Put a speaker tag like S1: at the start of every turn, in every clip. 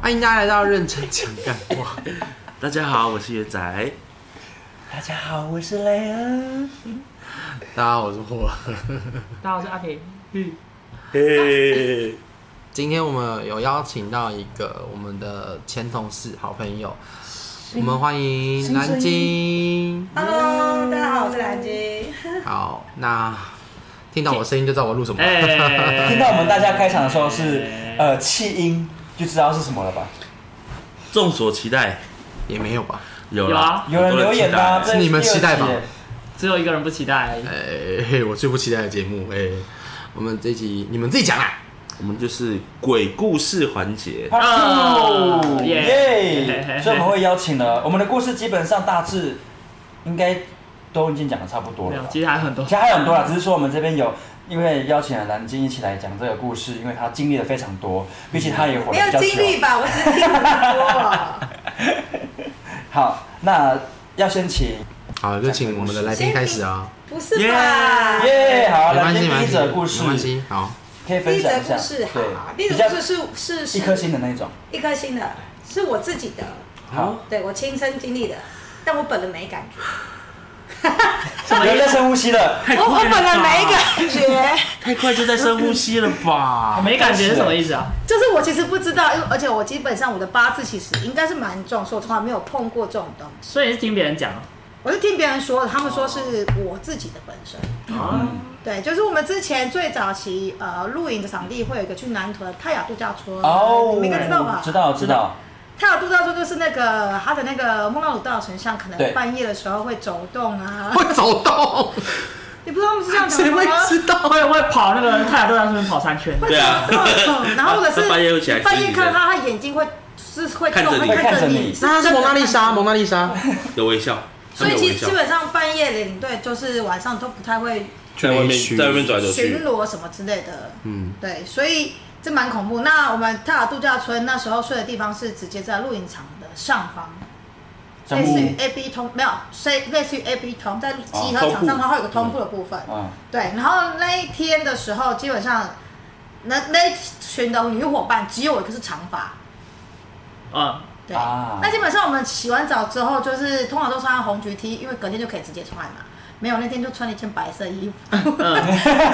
S1: 欢迎大啊家来到认真讲干话。
S2: 大家好，我是野仔。
S3: 大家好，我是雷恩。
S1: 大家好，我是霍。
S4: 大家好，我是阿平。
S2: 嘿，
S1: 今天我们有邀请到一个我们的前同事、好朋友，我们欢迎南京。
S5: Hello，大家好，我是蓝鲸。
S1: 好，那听到我声音就知道我录什么。
S2: 哎
S3: 听到我们大家开场的时 候是呃气音，就知道是什么了吧？
S2: 众所期待，
S1: 也没有吧？
S2: 有
S4: 有
S2: 啦
S4: 啊，
S3: 有人留言
S2: 啦
S3: 啦，。
S1: 是你们期待吧
S3: 这是第二集耶
S4: 只有一个人不期待，
S1: 哎、嘿，我最不期待的节目，哎、我们这集你们自己讲啊。
S2: 我们就是鬼故事环节，
S3: Part Two，
S4: 啊
S3: 耶！
S4: 耶
S3: 所以我们会邀请了我们的故事，基本上大致应该都已经讲的差不多
S4: 没
S3: 了
S4: 有，
S3: 吧。
S4: 其实还有很多
S3: 其。实还有很多啊啦，只是说我们这边有，因为邀请了蓝鲸一起来讲这个故事，因为他经历了非常多，毕竟他也活
S5: 没
S3: 得比
S5: 有
S3: 较久
S5: 经。历吧？我只是听很多了。
S3: 好，那要先请
S1: 好，就请我们的来宾开始啊。
S5: 不是 吧？
S3: 耶，好，
S1: 没
S3: 蓝
S1: 关系，没
S3: 鲸第
S1: 关
S3: 一
S1: 系，
S3: 则故
S1: 没关
S3: 事
S1: 系。好，
S3: 可以分
S5: 第一则
S3: 享一下，
S5: 故事好，第
S3: 对，
S5: 一
S3: 比
S5: 则
S3: 较
S5: 故事是是是
S3: 一颗星的那一种。
S5: 一颗星的，是我自己的，
S3: 好，
S5: 对我亲身经历的，但我本人没感觉，
S3: 有人在深呼吸了，
S2: 太
S5: 我哦我
S2: 快
S5: 本人
S2: 了
S5: 没
S2: 吧，
S5: 感觉，
S2: 太快就在深呼吸了
S4: 我
S2: 吧？
S4: 没感觉是什么意思啊？
S5: 就是我其实不知道，因为而且我基本上我的八字其实应该是蛮重，所以我从来没有碰过这种东西，
S4: 所以你是听别人讲哦
S5: 我是听别人说的，他们说是我自己的本身。
S4: 哦，
S1: 嗯
S5: 对，就是我们之前最早期呃露营的场地会有一个去南屯泰雅度假村，
S3: 哦，
S5: 你们应该知道吧？
S3: 知。道知道，
S5: 泰雅度假村就是那个它的那个孟浪鲁道神像，可
S3: 对
S5: 能半夜的时候会走动啊。
S1: 会走动，
S5: 你不知道他们是这样
S1: 谁
S5: 讲
S1: 会
S5: 的吗？
S1: 知道？
S4: 啊会会跑那个太阳都在那边跑三圈，
S5: 会
S2: 对啊
S5: 走动嗯然后或者是
S2: 他 半夜会起来
S5: 你半夜
S2: 追你
S5: 看到他，他眼睛会是会
S2: 看着
S5: 动，
S2: 你
S5: 会看
S3: 看着
S5: 着
S3: 你
S5: 你。
S1: 那他是蒙娜丽莎，蒙娜丽莎。
S2: 有微笑，他
S5: 所
S2: 们有
S5: 以其
S2: 微
S5: 实
S2: 笑
S5: 基，本上半夜的领队就是晚上都不太会
S2: 在外面在外面走来走去
S5: 巡，逻什么之类的。
S1: 嗯，
S5: 对，所以这蛮恐怖。那我们泰雅度假村那时候睡的地方是直接在露营场的上方，
S3: 张
S5: 类似
S3: 木
S5: 于，A B 通没有，类类似于 A B 通，在集
S2: 哦
S5: 合场上
S2: 通铺
S5: 它会有个通铺的部分。
S3: 嗯，
S5: 对，然后那一天的时候，基本上那那一群的女伙伴只有我一个是长发。
S4: 嗯，
S5: 对，
S3: 啊
S5: 那基本上我们洗完澡之后，就是通常都穿红橘 T，因为隔天就可以直接穿嘛。没有，那天就穿了一件白色衣服，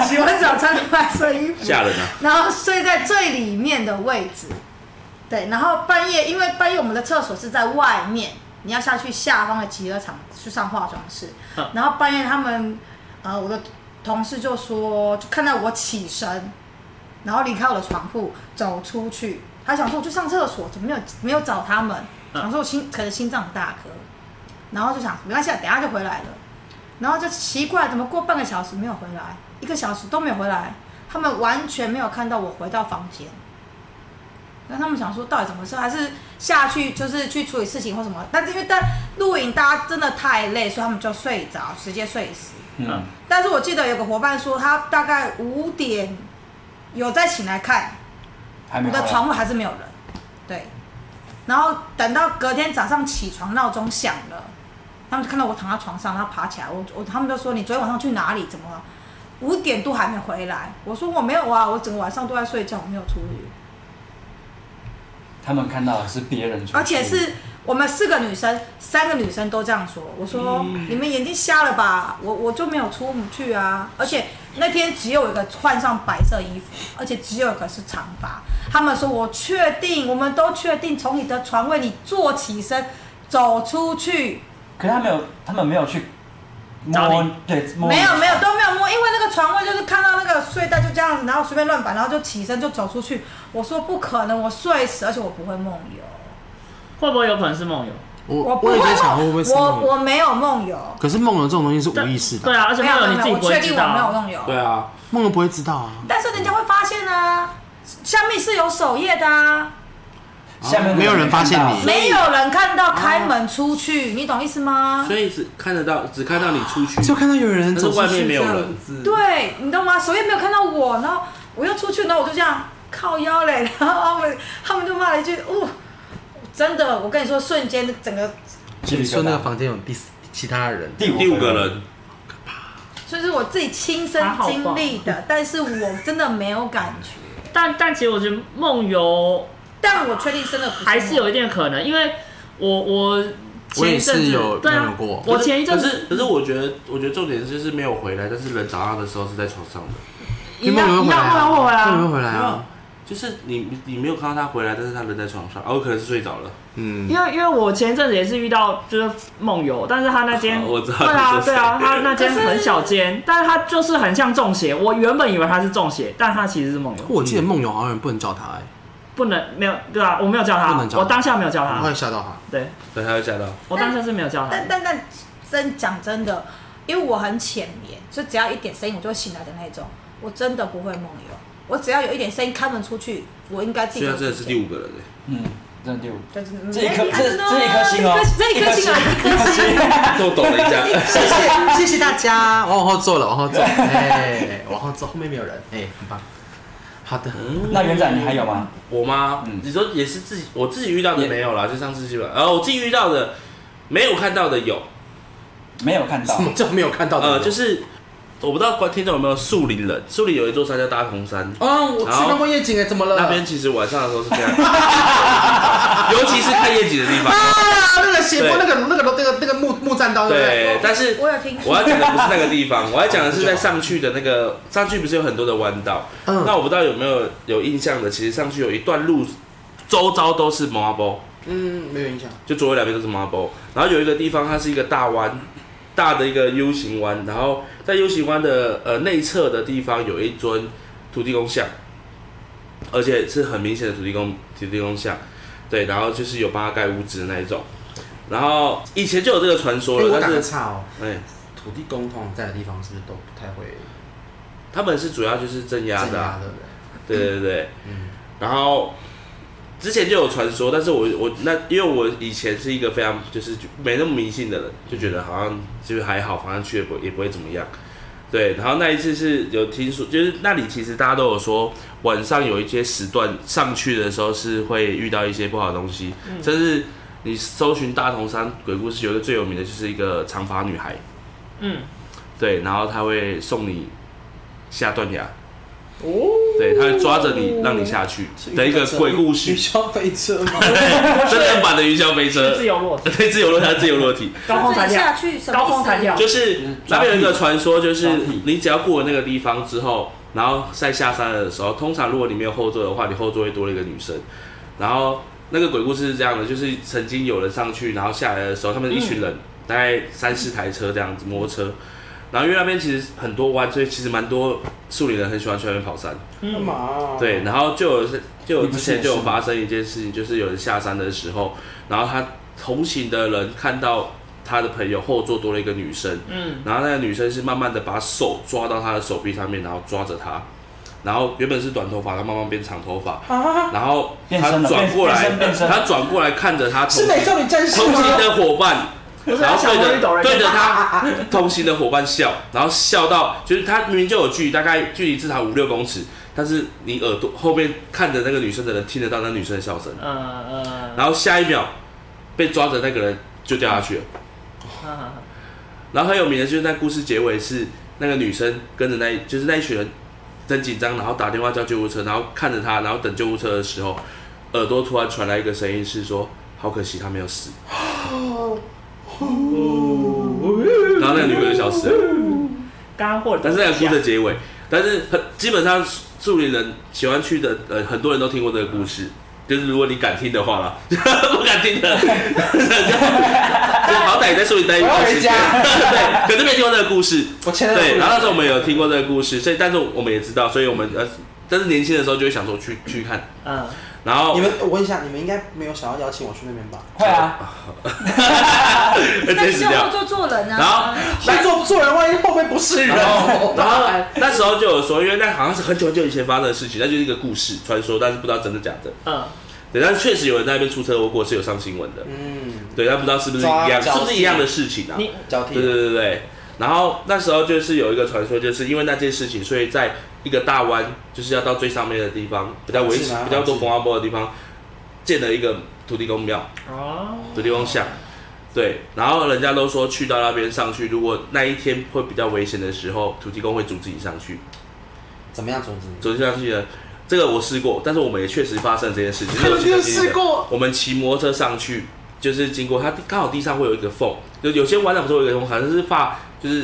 S5: 洗完澡穿白色衣服，
S2: 嗯吓人啊！
S5: 然后睡在最里面的位置。对，然后半夜，因为半夜我们的厕所是在外面，你要下去下方的集合场去上化妆室
S4: 嗯。
S5: 然后半夜他们，呃，我的同事就说，就看到我起身，然后离开我的床铺走出去，他想说我去上厕所，怎么没有没有找他们？
S4: 嗯
S5: 想说我心可能心脏很大颗，然后就想没关系啊，等一下就回来了。然后就奇怪，怎么过半个小时没有回来，一个小时都没有回来，他们完全没有看到我回到房间。那他们想说到底怎么回事，还是下去就是去处理事情或什么？但是因为在露营，大家真的太累，所以他们就睡着，直接睡死。
S3: 嗯，
S5: 但是我记得有个伙伴说，他大概五点有再醒来看，
S3: 还没
S5: 我
S3: 有回
S5: 的
S3: 来
S5: 床，位还是没有人，对。然后等到隔天早上起床闹钟响了，他们就看到我躺在床上，然后爬起来，我我他们就说你昨天晚上去哪里？怎么五点多还没回来？我说我没有啊，我整个晚上都在睡觉，我没有出去。
S3: 他们看到的是别人出去，
S5: 而且是我们四个女生，三个女生都这样说。我说、
S1: 嗯
S5: 你们眼睛瞎了吧？我我就没有出去啊！而且那天只有一个换上白色衣服，而且只有一个是长发。他们说我确定，我们都确定从你的床位里坐起身走出去，
S3: 可是他没有，他们没有去
S4: 找
S3: 摸
S4: 你，
S3: 对，摸你
S5: 没有没有都没有摸，因为那个床位就是看到那个睡袋就这样子，然后随便乱摆，然后就起身就走出去。我说不可能，我睡死，而且我不会梦游。
S4: 会不会有可能是梦游？
S1: 我
S5: 我不
S1: 我
S5: 会
S1: 也在想会不
S5: 梦，
S1: 会是
S5: 我
S1: 梦游，
S5: 我没有梦游，
S1: 可是梦游这种东西是无意识的
S4: 对
S1: 啊，
S4: 啊，而且
S5: 没
S4: 梦
S5: 有
S4: 游
S5: 没
S4: 你
S5: 有
S4: 自
S5: 没
S4: 己
S5: 有，我
S4: 不会
S5: 确定
S4: 知
S5: 我没有
S4: 道。
S5: 梦游，
S2: 对啊，
S1: 梦游不会知道啊。
S5: 但是人家会发现啊，下面是有守夜的啊，
S3: 下面
S1: 哦没有人发现
S3: 看到
S1: 你
S5: 没有人看到开门出去，你懂意思吗？
S2: 所以只看得到，只看到你出去，
S1: 就看到有人走出去，
S2: 但是外面没有人
S1: 这样子，
S5: 对，你懂吗？守夜没有看到我，然后我又出去，然后我就这样靠腰嘞， 然后他们他们就骂了一句，哦，真的，我跟你说，瞬间整个，
S3: 鸡皮
S1: 你
S3: 疙
S1: 说那个
S3: 瘩。
S1: 房间有第四其他人，
S3: 第
S2: 第五个
S3: 人
S2: 人，
S5: 所以是我自己亲身
S4: 还好吧
S5: 经历的，但是我真的没有感觉。
S4: 但但其实我觉得梦游
S5: 但我确定真的不
S4: 还是有一定的可能，因为我我
S1: 我
S4: 前
S1: 也
S4: 一阵
S1: 是
S4: 子
S1: 有
S4: 对
S1: 那
S4: 啊
S1: 种，过，
S4: 我前一阵
S2: 可
S4: 子
S2: 是可是我觉得，我觉得重点就是没有回来，但是人找他的时候是在床上的，
S1: 你
S4: 一
S1: 梦
S4: 样
S1: 游
S4: 一
S1: 回来
S4: 样
S1: 啊，
S4: 梦游
S1: 梦游
S4: 回来啊，
S1: 回来
S2: 没有
S1: 啊，，
S2: 就是你你没有看到他回来，但是他人在床上，哦，可能是睡着了。
S1: 嗯，
S4: 因为因为我前一阵子也是遇到就是梦游，但是他那间
S2: 啊 我知道
S4: 对
S2: 你
S4: 啊
S2: 说谁
S4: 对啊，他那间
S5: 可是
S4: 很小间，但是他就是很像中邪。我原本以为他是中邪，但他其实是梦游，
S1: 我记得梦游好像不能叫他，哎，
S4: 不能没有对啊，我没有叫他
S1: 不能，叫
S4: 我当下没有叫
S1: 我
S4: 他，
S1: 会吓到他。
S4: 对
S2: 对，他会吓到。
S4: 我当下是没有叫他
S2: 嗯
S5: 但
S4: 的。
S5: 但但真讲真的，因为我很浅眠，所以只要一点声音我就会醒来的那种。我真的不会梦游，我只要有一点声音开门出去，我应该自己
S2: 所以
S5: 就
S2: 他真的是第
S5: 五，
S2: 五个人哎，
S3: 嗯，真的第五。
S5: 就是
S3: 这一颗，这
S5: 嗯 I don't know，
S3: 这一颗星哦，
S5: 这一颗星啊，一 颗星，
S2: 豆抖了一下。
S1: 谢谢谢谢大家，往后坐了，往后坐，哎，往后坐，后面没有人，哎，很棒。好的，
S3: 那元仔你还有吗？
S2: 我吗？
S3: 嗯
S2: 你说也是自己，我自己遇到的没有啦，就上次基本，然后我自己遇到的没有看到的有，
S3: 没有看到
S1: 什，么叫没有看到的？
S3: 哦
S2: 呃，就是我不知道观听众有没有树林人，树林有一座山叫大同山，
S1: 哦，我去
S2: 然后
S1: 看过夜景哎，怎么
S3: 呃
S1: 了？
S2: 那边其实晚上的时候是 非常，尤其是看夜景的地方。
S1: 啊，那个斜坡，
S2: 对
S1: 那个那个那个那个木木栈道，对不对？
S2: 对，但是
S5: 我有听
S2: 我
S5: 说
S2: 要，讲的不是那个地方，我要讲的是在上去的那个上去不是有很多的弯道？
S1: 嗯
S2: 那我不知道有没有有印象的，其实上去有一段路，周遭都是 marble，
S1: 嗯，没有影响。
S2: 就左右两边都是 marble，然后有一个地方它是一个大弯，大的一个 U 型弯，然后在 U 型弯的呃内侧的地方有一尊土地公像，而且是很明显的土地公土地公像，对，然后就是有帮他盖屋子的那一种，然后以前就有这个传说
S1: 哎我
S2: 了，
S1: 打
S2: 但
S1: 个
S2: 是
S1: 岔哦，
S2: 哎。
S1: 土地公通常在的地方是不是都不太会
S2: 他们是主要就是镇压
S1: 镇
S2: 的、
S1: 压
S2: 啊，
S1: 的人？
S2: 对对对。
S1: 嗯
S2: 然后之前就有传说，但是我我那因为我以前是一个非常就是没那么迷信的人，就觉得好像就是还好，反正去也不也不会怎么样。对，然后那一次是有听说，就是那里其实大家都有说，晚上有一些时段上去的时候是会遇到一些不好的东西，甚至你搜寻大同山鬼故事，有一个最有名的就是一个长发女孩，
S4: 嗯，
S2: 对，然后她会送你下断崖，
S1: 哦，
S2: 对，他会抓着你让你下去的一个鬼故事
S1: 云，霄飞车吗？
S2: 真人版的云霄飞车
S4: 自，由落体，
S2: 对，自由落体，自由落体，
S4: 高空弹
S5: 自己
S4: 跳
S5: 下，去什么
S4: 高空弹跳，
S2: 就是那边有一个传说，就是
S3: 抓屁
S2: 你只要过了那个地方之后，然后在下山的时候，通常如果你没有后座的话，你后座会多了一个女生。然后那个鬼故事是这样的，就是曾经有人上去，然后下来的时候，他们一群人、大概三四台车这样子，摩托车。然后因为那边其实很多弯，所以其实蛮多树林人很喜欢去那边跑山。
S1: 干
S4: 嗯，
S1: 嘛？
S2: 对，，然后就有就有
S3: 你不
S2: 之
S3: 是也
S2: 前就有
S3: 是吗
S2: 发生一件事情，就是有人下山的时候，然后他同行的人看到他的朋友后座多了一个女生，
S4: 嗯，
S2: 然后那个女生是慢慢的把手抓到他的手臂上面，然后抓着他，然后原本是短头发，他慢慢变长头
S1: 啊
S2: 发，然后
S3: 变
S2: 他
S3: 身了
S2: 转过来
S3: 变变身变，身
S2: 他转过来看着他同
S1: 是美少女战士
S2: 同行
S1: 吗？
S2: 的伙伴。
S4: 不是
S2: 然
S4: 他
S2: 后
S4: 想
S2: 对
S4: 要一抖
S2: 着
S4: 人，
S2: 对着他同行的伙伴笑，然后笑到就是他明明就有距离，大概距离至少五六公尺，但是你耳朵后面看着那个女生的人听得到那女生的笑声，
S4: 呃呃
S2: 然后下一秒被抓着那个人就掉下去了。
S4: 哈哈，
S2: 然后很有名的就是在故事结尾是那个女生跟着那一就是那一群人很紧张，然后打电话叫救护车，然后看着他，然后等救护车的时候，耳朵突然传来一个声音是说：“好可惜，他没有死。”然后那个女鬼就消失了。
S4: 刚刚或者
S2: 但是那个故事的结尾，但是很基本上树林人喜欢去的，呃，很多人都听过这个故事。就是如果你敢听的话啦， 不敢听的， 就好歹也在树林待一段时间，
S1: 我
S2: 对，可是没听过这个故事。
S1: 我前男友
S2: 对，然后那时候我们有听过这个故事，所以但是我们也知道，所以我们呃，但是年轻的时候就会想说去去看，
S4: 嗯，
S2: 然后
S1: 你们，我问一下，你们应该没有想要邀请我去那边吧？
S3: 会啊，
S2: 直
S5: 那
S2: 接
S5: 你
S2: 死
S5: 就后
S2: 掉，
S5: 座坐人啊。
S2: 然后
S1: 那做做人，万一后面不是人，
S2: 然后，然后
S1: 哎
S2: 那时候就有说，因为那好像是很久很久以前发生的事情，那就是一个故事传说，但是不知道真的假的。
S4: 嗯，
S2: 对，但是确实有人在那边出车祸过，是有上新闻的。
S1: 嗯，
S2: 对，但不知道是不是一样，
S1: 抓
S2: 是不是一样的事情啊？
S4: 你
S1: 交替
S2: 对对对对对。然后那时候就是有一个传说，就是因为那件事情，所以在一个大湾，就是要到最上面的地方，比较危
S1: 是
S2: 险
S1: 吗、
S2: 比较多风花波的地方，建了一个土地公庙、
S4: 哦，
S2: 土地公像。对，然后人家都说去到那边上去，如果那一天会比较危险的时候，土地公会阻止你上去。
S1: 怎么样？总之，
S2: 走下去了，这个我试过，但是我们也确实发生这件事情。就是我
S1: 你有
S2: 亲身经历
S1: 试
S2: 的
S1: 过？
S2: 我们骑摩托车上去，就是经过它地刚好地上会有一个缝，就有些玩览不是会有一个缝，好像是怕就是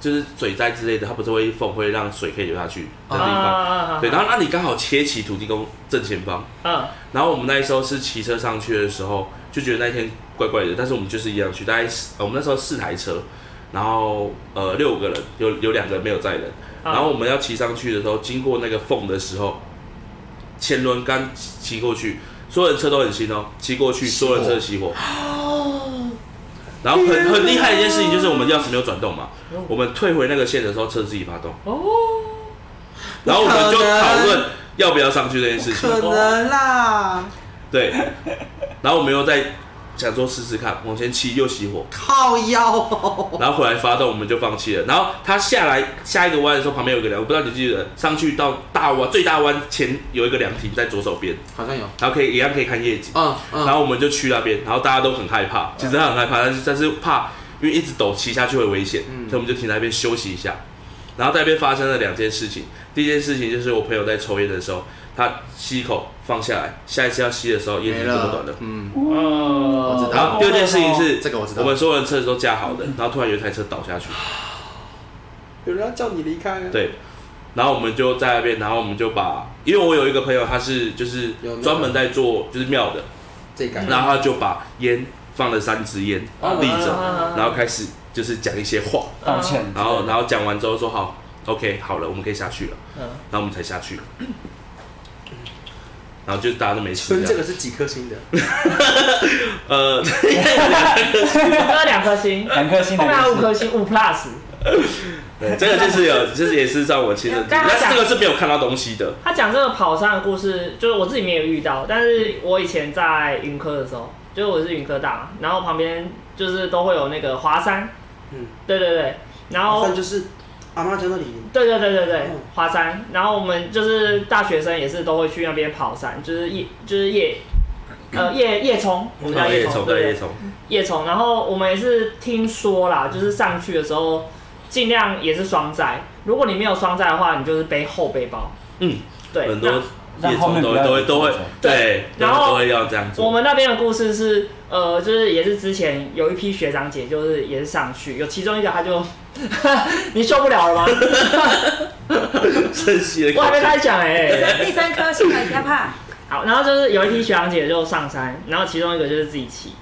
S2: 就是水灾之类的，它不是会缝会让水可以流下去的地方。
S4: 啊
S2: 对，然后那你刚好切起土地公正前方，
S4: 啊，
S2: 然后我们那时候是骑车上去的时候，就觉得那天怪怪的，但是我们就是一样去，大概四呃我们那时候四台车，然后呃六个人，有有两个人没有载人，
S4: 啊
S2: 然后我们要骑上去的时候，经过那个缝的时候，前轮刚骑过去，所有人车都很新哦，骑过去所有人车熄火，
S1: 哦
S2: 然后很很厉害的一件事情就是我们钥匙没有转动嘛，
S1: 哦
S2: 我们退回那个线的时候，车自己发动，
S4: 哦，
S2: 然后我们就
S1: 不可能啊
S2: 讨论要不要上去这件事情，
S1: 可能啊啦，
S2: 对，然后我们又在想说试试看，往前骑又熄火，
S1: 靠腰哦。
S2: 然后回来发动我们就放弃了。然后他下来下一个弯的时候，旁边有一个梁，我不知道你记不记得，上去到大弯最大弯前有一个凉亭在左手边，
S1: 好像有，
S2: 然后可以一样可以看夜景。
S1: 嗯嗯，
S2: 然后我们就去那边，然后大家都很害
S1: 哦
S2: 怕，其实他很害怕，但是但是怕因为一直抖骑下去会危险，
S1: 嗯
S2: 所以我们就停在那边休息一下。然后在那边发生了两件事情，第一件事情就是我朋友在抽烟的时候，他吸一口放下来，下一次要吸的时候烟
S1: 没
S2: 就这么短
S1: 了
S2: 了，。
S1: 嗯，
S4: 我
S1: 知道
S2: 然后第二件事情是，
S1: 这个我知道
S2: 我们所有人车子都架好的，然后突然有一台车倒下去，
S1: 有人要叫你离开啊。
S2: 对，然后我们就在那边，然后我们就把，因为我有一个朋友，他是就是
S1: 有那个
S2: 专门在做就是庙的，
S1: 这个
S2: 然后他就把烟放了三支烟
S1: 嗯哦
S2: 立着
S4: 啊，
S2: 然后开始就是讲一些话，
S3: 道歉，
S2: 然后然后讲完之后说好，OK，好了，我们可以下去了，
S4: 嗯
S2: 然后我们才下去，然后就大家都没吃
S1: 春
S2: 这
S1: 这
S2: 样，
S1: 个是几颗星的？
S2: 呃，
S4: 这两 颗星，
S3: 两颗星
S4: 后
S3: 的
S4: 面还有五
S1: 哦
S4: 颗星，五 plus，
S2: 对这个就是有，就是也是让我亲身经历，
S4: 刚刚
S2: 但是
S4: 讲
S2: 这个是没有看到东西的。
S4: 他讲这个跑山的故事，就是我自己没有遇到，但是我以前在云科的时候，就是我是云科大嘛，然后旁边就是都会有那个华山，
S1: 嗯，
S4: 对对对，然后
S1: 反正就是阿妈讲到你，
S4: 对对对对对
S1: 嗯，
S4: 华山，然后我们就是大学生也是都会去那边跑山，就是夜就是夜。呃，夜夜冲，我们叫夜冲，
S2: 哦对
S4: 对
S2: 叶
S4: 对
S2: 虫，
S4: 夜冲。然后我们也是听说啦，就是上去的时候尽量也是双载，如果你没有双载的话，你就是背后背包。
S2: 嗯，
S4: 对，
S2: 很
S4: 那
S2: 多
S3: 让
S2: 叶
S1: 啊
S3: 后
S2: 虫
S3: 面
S2: 都
S3: 不
S2: 会
S3: 要
S2: 都会
S3: 有
S2: 都会
S3: 这种
S2: 对，
S4: 然
S2: 都会
S4: 后
S2: 都会要这样
S4: 我
S2: 做。
S4: 们那边的故事是，呃，就是也是之前有一批学长姐，就是也是上去，有其中一个他就， 你受不了了吗？
S2: 珍惜的
S4: 我还
S2: 感
S4: 没
S2: 觉，
S4: 开讲哎、
S5: 第三第三颗星啊很害怕，
S4: 好，然后就是有一批学长姐就上山，然后其中一个就是自己骑，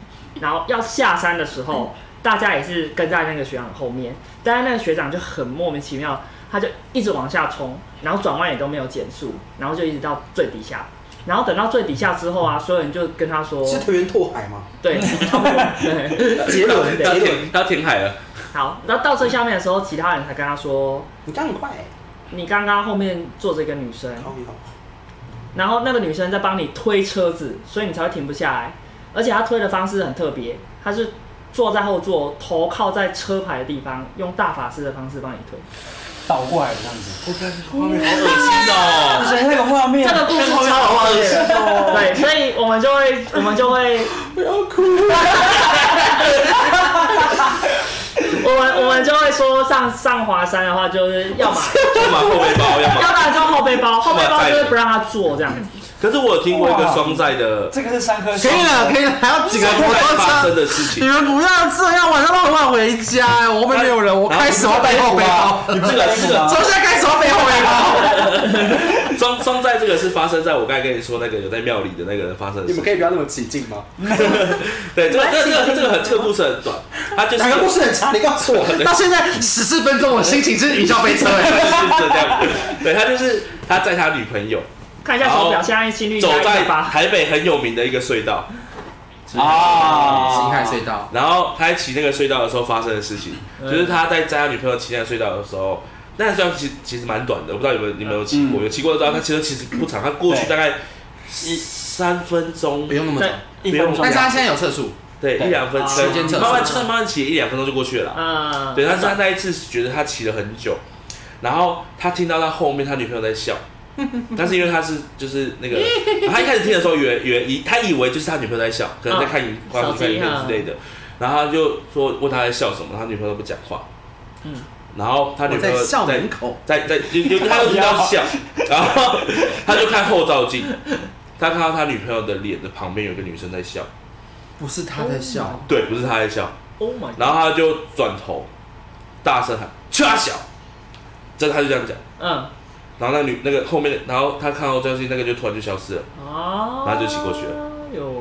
S4: 然后要下山的时候，大家也是跟在那个学长后面，但是那个学长就很莫名其妙，他就一直往下冲，然后转弯也都没有减速，然后就一直到最底下，然后等到最底下之后啊，所有人就跟他说，
S1: 是藤原拓海吗？
S4: 对，差不多对
S1: 杰伦，
S2: 要
S1: 杰伦，
S2: 填要填海了，
S4: 好，然后到最下面的时候，其他人才跟他说，
S1: 你这样很快欸，
S4: 你刚刚后面坐着一个女生，
S1: 好你好。
S4: 然后那个女生在帮你推车子，所以你才会停不下来。而且她推的方式很特别，她是坐在后座，头靠在车牌的地方，用大法师的方式帮你推。
S3: 倒过来的样
S1: 我
S3: 子，
S1: 看画面
S2: 好恶心哦！
S3: 而且那个画面，
S4: 这个故事超好玩的，对，所以我们就会，我们就会，
S1: 不要哭。
S4: 我们我们就会说上上华山的话， 就是要么
S2: 要么后背包，要
S4: 要
S2: 么。
S4: 不然就后背包，后背包就是不让他坐这样子。
S2: 可是我有听过一个双载的
S3: 这个是三颗
S1: 可
S3: 星，
S1: 以了，可以了，还要 几个摩
S2: 发
S1: 托
S2: 生
S1: 车？
S2: 的事
S1: 你
S2: 情，
S1: 们不要这样，晚上让我回家欸。我后面没有人，我开始要背后背 包。
S3: 啊
S2: 这个这个
S1: 从现在开始要背后背包。
S2: 双双载这个是发生在我刚才跟你说那个有在庙里的那个人发生的
S1: 你
S2: 事
S1: 们可
S2: 情。
S1: 以不要那么起劲吗？
S2: 对，这个这个这个这个很这个故事很短，它就是
S1: 两个故事很长，你告诉我，到现在十四分钟，我心情是云霄飞车 欸。
S2: 是这样。对他就是他载他女朋友
S4: 看一下手表，现在心率应
S2: 走在
S4: 该一百八。
S2: 台北很有名的一个隧道，
S3: 啊
S1: 辛亥隧道，
S2: 然后他在骑那个隧道的时候发生的事情，就是他在载他女朋友骑那个隧道的时候，那个隧道其实其实蛮短的，我不知道你们你们有骑过，
S3: 嗯
S2: 有骑过的知道，他其实其实不长，他过去大概一三分钟
S1: 不，用那么
S4: 对
S1: 长。
S3: 一分钟
S1: 但是，他现在有测速，
S2: 对，
S3: 对
S2: 一两分
S4: 啊
S2: 钟，
S4: 时间
S1: 测试
S2: 慢慢就算慢慢骑一两分钟就过去了啦。
S4: 嗯，
S2: 对，但是他那一次是觉得他骑了很久，然后他听到他后面他女朋友在笑。但是因为他是就是 那个，他一开始听的时候以为以为以他以为就是他女朋友在笑，可能在看影
S4: 嗯
S2: 观看影片
S4: 手机
S2: 之类的，然后他就说问他在笑什么，他女朋友都不讲话，
S4: 嗯
S2: 然后他女
S1: 我
S2: 朋
S1: 在
S2: 友
S1: 校
S2: 在
S1: 门口，
S2: 在在就就他就听到笑，然后他就看后照镜，他看到他女朋友的脸的旁边有个女生在笑，
S1: 不是他在笑，
S2: 对，不是他在笑，
S4: Oh my！god！
S2: 然后他就转头大声喊“去他小”，真的他就这样讲，
S4: 嗯，
S2: 然后那女那个后面的，然后他看后照镜那个就突然就消失了，
S4: 哦，
S2: 然后就骑过去了
S4: 了。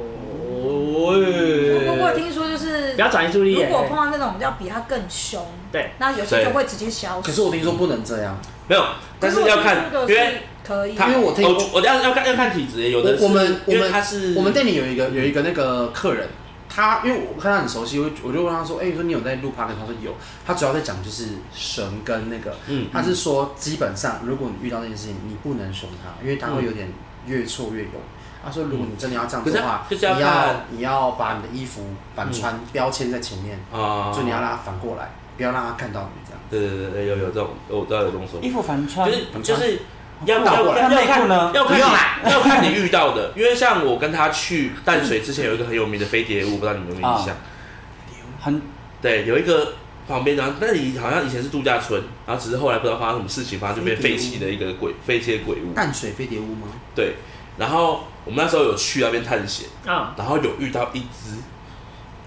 S5: 我我有
S1: 哦，
S5: 听说就是
S4: 不，要转移注意力。
S5: 如果碰到那种要比他更凶，
S4: 对，
S5: 那有些就会直接消失。
S1: 可是我听说不能这样，
S2: 没有，但是要看，因为
S5: 可以，
S2: 他
S1: 因为我听
S2: 我我要要看要看体质，有的是
S1: 我我们我
S2: 因为
S1: 们
S2: 他是
S1: 我们店里有一个有一个那个客人，他因为我看他很熟悉，我就我就问他说：“哎、你说你有在录 p o d 他说：“有。”他主要在讲就是神跟那个，
S2: 嗯
S1: 他是说基本上如果你遇到那件事情，你不能凶他，因为
S2: 嗯
S1: 他会有点越挫越勇。他说：“如果你真的要这样子的话，
S2: 可是就
S1: 你
S2: 是要
S1: 要
S2: 看嗯
S1: 你要把你的衣服反穿、标签在前面，
S2: 啊，
S1: 就你要让他反过来，不要让他看到你这样。
S2: 对对对对有有这种我知道有这种说法
S3: 衣。服反穿
S2: 就，是
S1: 很
S2: 就是要
S1: 倒
S2: 要
S1: 过来
S2: 要
S3: 那内
S2: 看
S3: 裤呢
S2: 要看
S1: 不用
S2: 你要看你遇到的，因为像我跟他去淡水之前有一个很有名的飞碟屋，不知道你们有没有印象？
S3: 很
S2: 对，有一个旁边，然后那里好像以前是度假村，然后只是后来不知道发生什么事情，反正就被废弃的一个鬼废弃的鬼
S3: 啊
S2: 屋。
S1: 淡水飞碟屋吗？
S2: 对，然后我们那时候有去那边探险，
S4: 啊，
S2: 然后有遇到一只，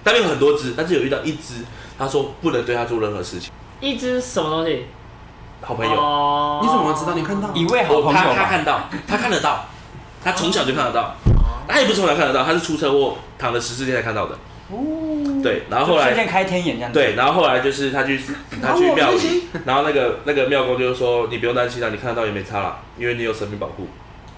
S2: 那边有很多只，但是有遇到一只，他说不能对他做任何事情，
S4: 一只什么东西？
S2: 好朋友。哦
S4: 哦，
S1: 你怎么知道？你看到？
S3: 一位好
S2: 我
S3: 朋
S2: 他
S3: 友
S2: 他
S3: 嘛，
S2: 看到，他看得到，他从小就看得到，他也不是从小看得到，他是出车祸躺了十四天才看到的。对，然后后
S3: 哦就瞬
S2: 来
S3: 间开天眼这样子。
S2: 对，然后后来就是他去他去
S1: 啊我
S2: 庙
S1: 不
S2: 里
S1: 行，
S2: 然后那个那个庙公就说你不用担心了，你看得到也没差啦，因为你有神明保护。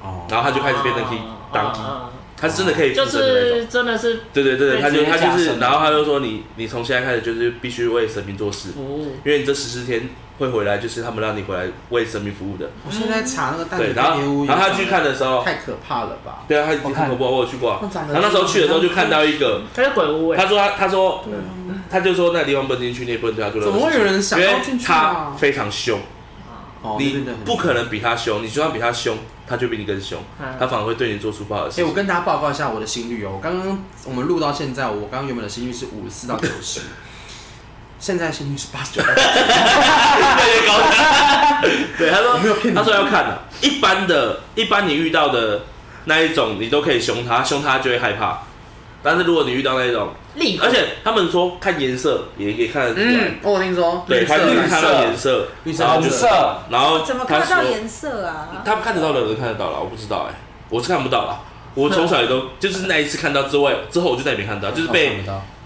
S1: 哦，
S2: 然后他就开始变成 key
S4: 啊
S2: 当 key，
S4: 啊
S2: 他是真的可以
S4: 就
S2: 附身的那种。
S4: 是真的是
S2: 对对对，
S4: 被
S2: 他就
S3: 直接
S2: 他就
S3: 架
S2: 是，
S3: 神
S2: 然后他就说你你从现在开始就是必须为神明做事，
S4: 服务。
S2: 因为你这十四天会回来，就是他们让你回来为神明服务的。
S1: 我现在查那个淡水飞
S2: 对，然后
S1: 碟屋，
S2: 然后他去看的时候，
S1: 太可怕了吧？
S2: 对啊，他已经
S3: 我
S2: 看
S3: 看
S2: 头部，我有去过啊
S1: 那。长得
S2: 然后那时候去的时候就看到一个，
S4: 它是鬼屋哎
S2: 他，说他他说他就说那个地方不能进去，你也不能对他做任
S1: 啊
S2: 何
S1: 怎么会
S2: 事情
S1: 有人想要进
S2: 因为
S1: 去
S2: 他
S1: 啊
S2: 非常凶，
S1: 哦
S2: 你不可。能比他凶，你就算比他凶，他就比你更凶，
S4: 嗯
S2: 他反而会对你做出不好的事
S1: 哎、我
S2: 情。
S1: 跟大家报告一下我的心率哦。我刚刚我们录到现在，我刚刚原本的心率是五十四到九 十，现在心率是八十九。
S2: 越来越高大 对，他
S1: 我没有骗
S2: 说
S1: 你
S2: 他说要看的，一般的，一般你遇到的那一种，你都可以凶他，凶他就会害怕。但是如果你遇到那一种，
S4: 立刻
S2: 而且他们说看颜色也也看得出来，
S1: 嗯，我有听说
S2: 对，他就是
S1: 绿
S2: 看
S1: 色，
S2: 到颜色，
S1: 绿色
S2: 然后
S3: 红
S2: 就
S3: 色，
S2: 然后
S5: 怎么
S2: 他
S5: 看得到
S2: 说
S5: 颜色啊？
S2: 他们看得到的人看得到了，我不知道哎、我是看不到啦。我从小也都就是那一次看到之外，之后我就再也没看到，就是被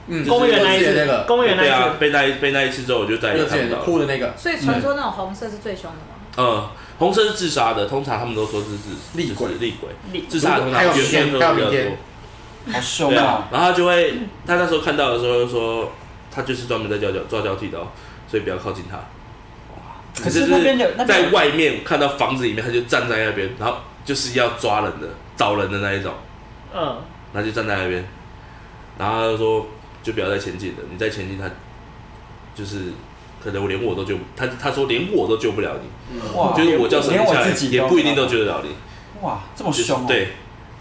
S1: 嗯
S2: 公园
S4: 那一次
S1: 那个
S4: 公园那
S2: 对啊
S4: 一次，
S2: 被那一被那一次之后，我就再
S1: 幼
S2: 也
S1: 稚
S2: 看
S1: 园
S2: 不到了。
S1: 哭的那个
S5: 所以传说那种红色是最凶的吗？
S2: 嗯，红色是自杀的，通常他们都说是自
S1: 厉鬼
S2: 就是厉鬼，
S4: 立
S2: 自杀的通常
S1: 还有
S2: 远远
S1: 明天还有
S2: 比较
S1: 明
S2: 多
S1: 天。
S3: 好凶
S2: 对啊
S3: 啊，！
S2: 然后他就会他那时候看到的时候就说，他就是专门在交交抓交替的哦，所以不要靠近他。
S3: 可是那边有那边
S2: 在
S3: 有
S2: 外面看到房子里面，他就站在那边，然后就是要抓人的、找人的那一种。
S4: 嗯，
S2: 他就站在那边，然后他就说就不要再前进了，你再前进他就是可能我连我都救不，他他说连我都救不了你，
S1: 嗯
S3: 哇，
S2: 就是我叫什
S3: 连
S2: 么
S3: 我
S2: 下来
S3: 自己
S2: 也不一定都救得了你，
S3: 哇这么
S2: 就是
S3: 凶哦。
S2: 对，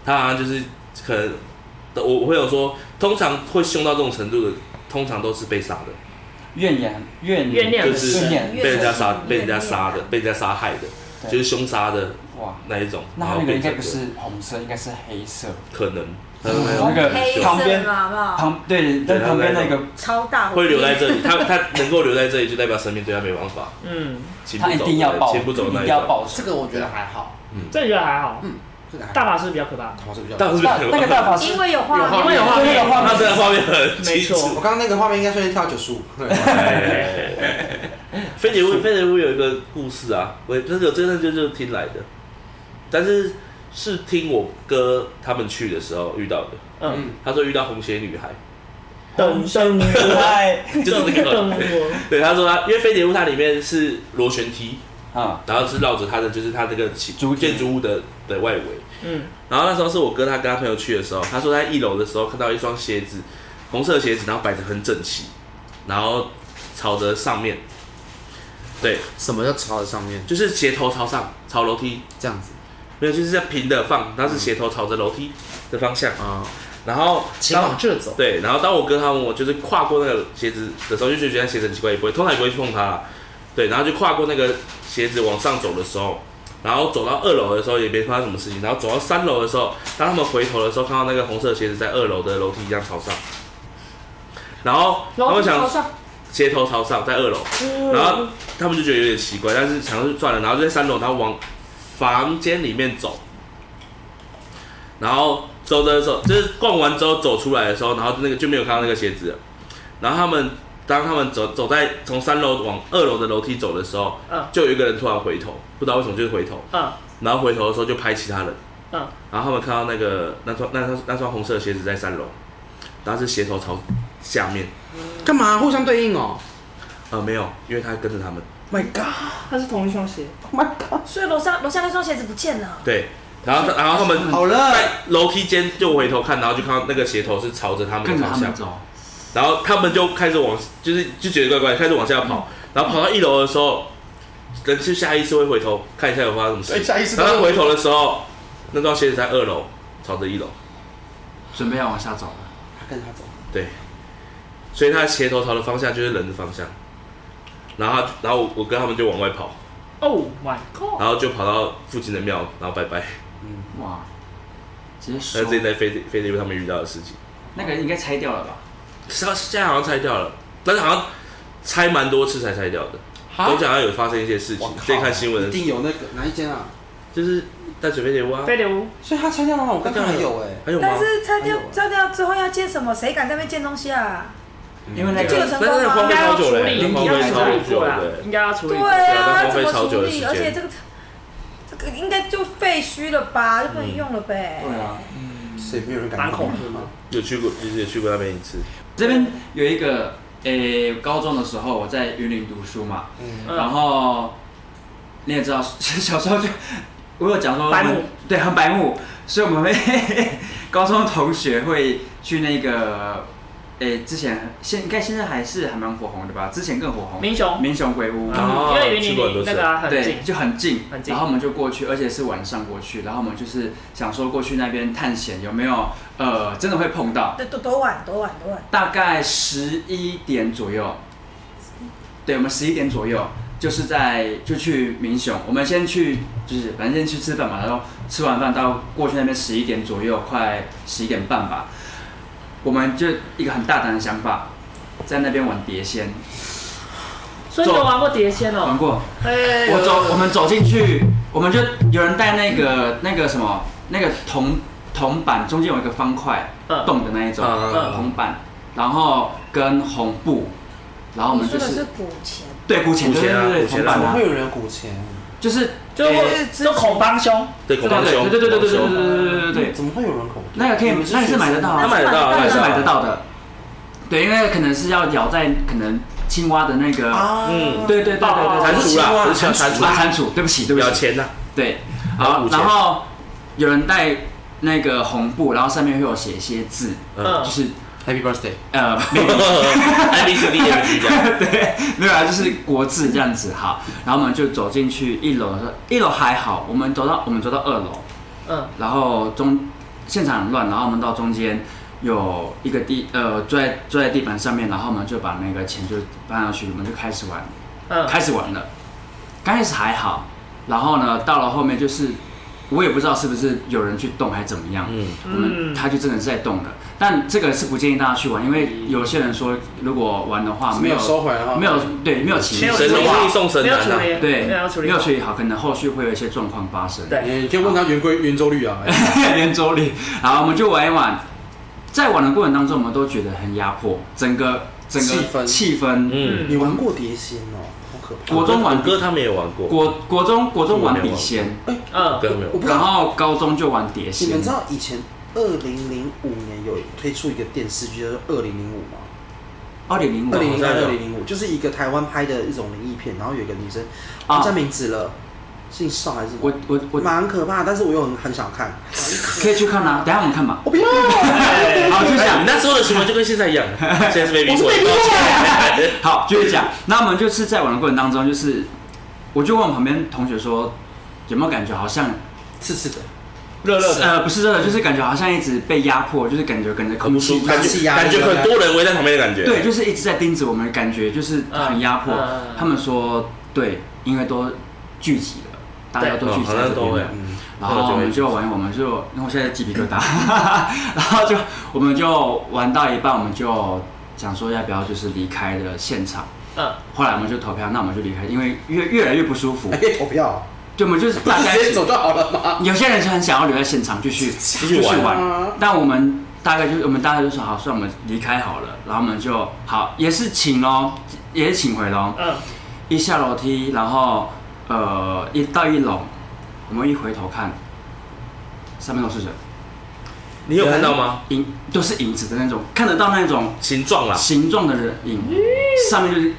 S2: 他好像就是可能我我会有说，通常会凶到这种程度的，通常都是被杀的，
S3: 怨言怨
S4: 怨念
S2: 就
S4: 很
S2: 是
S4: 深
S3: 怨，念
S2: 被人家杀
S5: 越是
S2: 被人家杀的，被人家杀害的，
S3: 对
S2: 就是凶杀的
S3: 哇，
S2: 那一种，
S3: 那
S2: 然后
S3: 他那个
S2: 变
S3: 应该
S2: 成
S3: 不是红色，应该是黑色。
S2: 可能，他说没哎有
S3: 哦那个
S5: 黑色
S3: 旁边
S5: 嘛好不好？
S3: 旁对，但旁边那个
S5: 超大
S2: 会留在这里，他他能够留在这里，就代表神明对他没办法。
S4: 嗯，
S2: 请
S3: 他
S2: 不
S3: 一
S2: 走
S3: 定要报，
S2: 请不走
S3: 一
S2: 那
S3: 定
S2: 一
S3: 要
S2: 种。
S3: 报仇
S1: 这。个我觉得还好，嗯
S4: 这觉得还好，
S2: 嗯
S1: 这个还
S4: 大
S1: 好。
S4: 法师比较可怕。
S1: 头是比较
S2: 但是
S3: 那 那个大法师
S5: 因，为有画
S1: 有
S5: 面，
S1: 画
S4: 因为有画
S3: 对那个画
S4: 面，
S2: 他这画面很
S4: 没
S2: 清
S4: 错
S2: 楚。哎
S1: 我刚刚那个画面应该瞬间跳九 十五，
S2: 飞碟屋，飞碟屋有一个故事啊，我真的真的就是听来的，但是是听我哥他们去的时候遇到的。
S4: 嗯，
S2: 他说遇到红鞋女 孩，
S4: 噔噔噔
S3: 哎，
S2: 就是那个。
S4: 噔，
S2: 对，他说他因为飞碟屋它里面是螺旋梯，
S3: 啊，
S2: 然后是绕着它的就是它那个起
S3: 主体
S2: 建筑物的的外围。
S4: 嗯，
S2: 然后那时候是我哥他跟他朋友去的时候，他说他在一楼的时候看到一双鞋子，红色的鞋子，然后摆得很整齐，然后朝着上面，对，
S1: 什么叫朝着上面
S2: 就是鞋头朝上，朝楼梯，
S1: 这样子
S2: 没有，就是在平的放，它是鞋头朝着楼梯的方向。
S1: 啊？
S2: 然后
S1: 请
S2: 当
S1: 往这走，
S2: 对，然后当我哥他们我就是跨过那个鞋子的时候，就觉得觉得鞋子很奇怪，也不会，通常也不会去碰它啦。对，然后就跨过那个鞋子往上走的时候，然后走到二楼的时候也没发生什么事情，然后走到三楼的时候，当他们回头的时候，看到那个红色的鞋子在二楼的楼梯一样朝上，然后他
S4: 然后
S2: 们想
S4: 朝上，
S2: 鞋头朝上在二楼，然后他们就觉得有点奇怪，但是想说算了，然后就在三楼，然后往房间里面走，然后走的时候，就是逛完之后走出来的时候，然后那个就没有看到那个鞋子了，然后他们当他们走走在从三楼往二楼的楼梯走的时候，
S4: 嗯
S2: 就有一个人突然回头，不知道为什么就是回头，
S4: 嗯
S2: 然后回头的时候就拍其他人，
S4: 嗯，
S2: 然后他们看到那个那双那双那双红色的鞋子在三楼，然后是鞋头朝下面，
S1: 干嘛互相对应哦
S2: 呃没有，因为他跟着他们。
S1: ？My God，My
S4: 它是同一双鞋，
S1: God，
S5: 所以楼上楼下那双鞋子不见了，
S2: 对，然后然后他们
S1: 好了
S2: 在楼梯间就回头看，然后就看到那个鞋头是朝着他们
S3: 跟
S2: 的
S3: 着
S2: 方
S3: 他
S2: 向
S3: 们，走，
S2: 然后他们就开始往，就是就觉得怪怪，开始往下
S1: 嗯
S2: 跑，然后跑到一楼的时候，人是下意识会回头看一下有发生什么事
S1: 对
S2: 情，
S1: 哎下意识都
S2: 然
S1: 会
S2: 后他回头的时候，那双鞋子在二楼，朝着一楼，
S3: 准备要往下走了。
S1: 他跟着他走，
S2: 对，所以他的鞋头朝的方向就是人的方向，然后他然后我我跟他们就往外跑，
S4: Oh my god！
S2: 然后就跑到附近的庙，然后拜拜，
S3: 嗯哇，直接
S2: 那
S3: 收
S2: 是。之前在飞飞碟他们遇到的事情。
S3: 那个应该拆掉了吧？
S2: 现现在好像拆掉了，但是好像拆蛮多次才拆掉的。中奖好像有发生一些事情
S1: 我，靠
S2: 这看新闻
S1: 一定有那个哪一间啊？
S2: 就是淡水飞碟蛙，
S4: 飞碟屋，
S1: 所以他拆掉了吗？我刚刚还有哎、
S2: 还有吗
S5: 但？是拆掉
S1: 哎呦
S5: 拆掉之后要建什么？谁敢在那边建东西啊？
S3: 因为那
S5: 这
S3: 个
S5: 个
S2: 但是那个荒
S4: 应
S2: 废
S4: 该要
S2: 超久
S4: 处
S2: 了，
S4: 理，
S2: 那
S4: 应
S2: 荒废
S4: 该要处
S2: 超
S4: 理
S2: 久
S4: 过
S2: 了
S4: 啦，应该要处理过。
S5: 对
S2: 啊
S5: 啊，
S2: 荒
S5: 怎
S2: 废
S5: 么
S2: 超
S5: 处
S2: 久的
S5: 理？
S2: 时间
S5: 而且这个这个应该就废墟了吧，就不能用了呗。
S1: 对啊，谁没有人敢
S4: 蛮恐
S1: 怖吗？
S2: 有去过，就是有去过那边一次。
S3: 这边有一个，诶、高中的时候我在云林读书嘛，
S1: 嗯，
S4: 嗯
S3: 然后你也知道， 小时候就我有讲说，
S4: 白目
S3: 我们对，很白目，所以我们会 高中同学会去那个，诶、之前现应该现在还是还蛮火红的吧，之前更火红，
S4: 民雄，
S3: 民雄鬼屋。
S2: 哦
S4: 因为云
S2: 去过很
S4: 林
S2: 多
S4: 离
S2: 次
S4: 那个啊很近
S3: 对，，就很近，
S4: 很近
S3: 然后我们就过去，而且是晚上过去，然后我们就是想说过去那边探险有没有，呃，真的会碰到，
S5: 对，多多晚多晚多晚，
S3: 大概十一点左右，对，我们十一点左右就是在就去民雄，我们先去就是反正先去吃饭嘛，然后吃完饭到过去那边十一点左右，快十一点半吧，我们就一个很大胆的想法，在那边玩碟仙，
S4: 所以你有玩过碟仙
S3: 玩
S4: 哦？
S3: 过，
S4: 哎
S3: 我走，我们走进去，我们就有人带那个那个什么那个铜铜板，中间有一个方块
S4: 嗯
S3: 洞的那一种
S2: 嗯
S4: 嗯
S3: 铜板，然后跟红布，然后我们
S5: 你
S3: 就
S5: 说的
S3: 是
S5: 是古钱，
S3: 对古钱，
S2: 古
S3: 对对
S2: 钱啊
S3: 对，对
S2: 古钱
S3: 铜
S2: 啊
S1: 怎
S3: 板
S1: 么
S3: 啊
S1: 会，有人鼓钱？
S3: 就是
S4: 就是
S3: 诶
S4: 我就孔帮凶，
S2: 对，
S3: 对
S2: 恐龙
S3: 对
S2: 熊，
S3: 对对对对对对
S2: 恐龙熊
S3: 对对对对，
S1: 怎么会有人恐怖？
S3: 那个可以，那个是买得到啊，
S2: 他买得到，
S5: 那
S2: 他
S5: 是
S2: 买得到
S3: 那是买得。到的。对，因为可能是要咬在可能青蛙的那个，
S1: 啊，
S2: 嗯
S3: 对对对对对，
S2: 蟾蜍啦，不是小蟾
S3: 啊
S2: 蜍，
S3: 蟾蜍，对不起对
S2: 不
S3: 不
S2: 要
S3: 起，
S2: 钱呐。
S3: 对，
S2: 然后
S3: 好
S2: 五，千
S3: 然后有人带那个红布，然后上面会有写一些字，
S2: 嗯
S4: 嗯
S3: 就是
S1: ，Happy Birthday，
S3: 呃，没有
S2: ，A B C D E F G 这样，
S3: 对，没有啊，就是国字这样子好，然后我们就走进去一楼的时候，一楼还好，我们走到我们走到二楼，
S4: 嗯，
S3: 然后中现场很乱，然后我们到中间有一个地呃坐在坐在地板上面，然后我们就把那个钱就搬上去，我们就开始玩，
S4: 嗯，
S3: 开始玩了。刚开始还好，然后呢，到了后面就是我也不知道是不是有人去动还是怎么样，
S2: 嗯，
S3: 我们他就真的是在动的。但这个是不建议大家去玩，因为有些人说如果玩的话
S1: 是
S3: 啊
S1: 哦没
S3: 没有
S1: 有收回来哈，
S3: 没有对没有起
S4: 没有
S2: 神
S4: 处理
S2: 农
S4: 好
S2: 逆送神
S4: 没有
S2: 难
S4: 处
S2: 啊。
S4: 理，
S3: 对
S4: 没有处
S3: 没
S4: 理
S3: 有
S4: 好，
S3: 处理好，可能后续会有一些状况发生。
S4: 对
S1: 你你可以问他圆规圆周率啊，
S3: 嗯
S1: 哎
S3: 圆周率。好，我们就玩一玩。在玩的过程当中，我们都觉得很压迫，整个整个
S1: 气氛
S3: 气氛。
S2: 嗯，
S1: 你玩过碟仙哦，好可怕。
S3: 国中玩
S2: 哥他们也玩过，
S3: 国国中国中玩笔仙，
S4: 嗯，
S2: 哥没有
S1: 我，不知
S3: 然
S1: 道，
S3: 后高中就玩碟
S1: 你
S3: 仙
S1: 们知。道以前二零零五年有推出一个电视剧叫做《二零零五》吗？
S3: 二零零
S1: 二零
S3: 五
S1: 零
S2: 好
S1: 二
S2: 像有
S1: 二零零五就是一个台湾拍的一种灵异片，然后有一个女生，
S3: 啊
S1: 忘记名字了，姓邵还是什么？
S3: 我我我
S1: 蛮可怕，但是我又很很想看。
S3: 可以去看啊，等一下我们 看吧。
S1: 我不要，啊我
S3: 哎好，就这样
S2: 哎你。那时候的循环就跟现 在一样，现在是被逼
S1: 是
S2: 迫
S1: 被逼
S2: 的。
S3: 好，继续讲。那我们就是在玩的过程当中，就是我就问我旁边同学说，有没有感觉好像
S1: 刺刺的，
S2: 热热的。
S3: 呃不是真的，就是感觉好像一直被压迫，就是感觉感觉空气
S1: 感
S2: 感
S1: 觉
S2: 觉感觉很多人围在旁边的感觉。
S3: 对，就是一直在盯着我们，感觉就是很压迫
S4: 嗯嗯嗯。
S3: 他们说对，因为都聚集了，大家都
S2: 哦
S3: 聚集
S2: 好
S3: 在
S2: 像
S3: 这
S2: 都
S3: 边
S2: 会
S3: 了。，
S2: 嗯
S3: 然后我们就玩，我们就，因为我现在鸡皮疙瘩， 然后就我们就玩到一半，我们就想说要不要就是离开了现场。
S4: 嗯，
S3: 后来我们就投票，那我们就离开，因为越越来越不舒服
S1: 还。可以投票，
S3: 就我们就是
S1: 不
S3: 大
S1: 是
S3: 概
S1: 直接走就好了吗？
S3: 有些人是很想要留在现场继续继
S2: 续玩
S5: 嗯
S1: 啊
S3: 但我们大概就我们大概就说好，算我们离开好了，然后我们就好也是请喽，也是请回喽。
S4: 嗯，
S3: 一下楼梯，然后呃一到一楼，我们一回头看，上面都是人，
S2: 你有看到吗？
S3: 影都是影子的那种，看得到那种
S2: 形状啦，啊
S3: 形状的人影，上面就是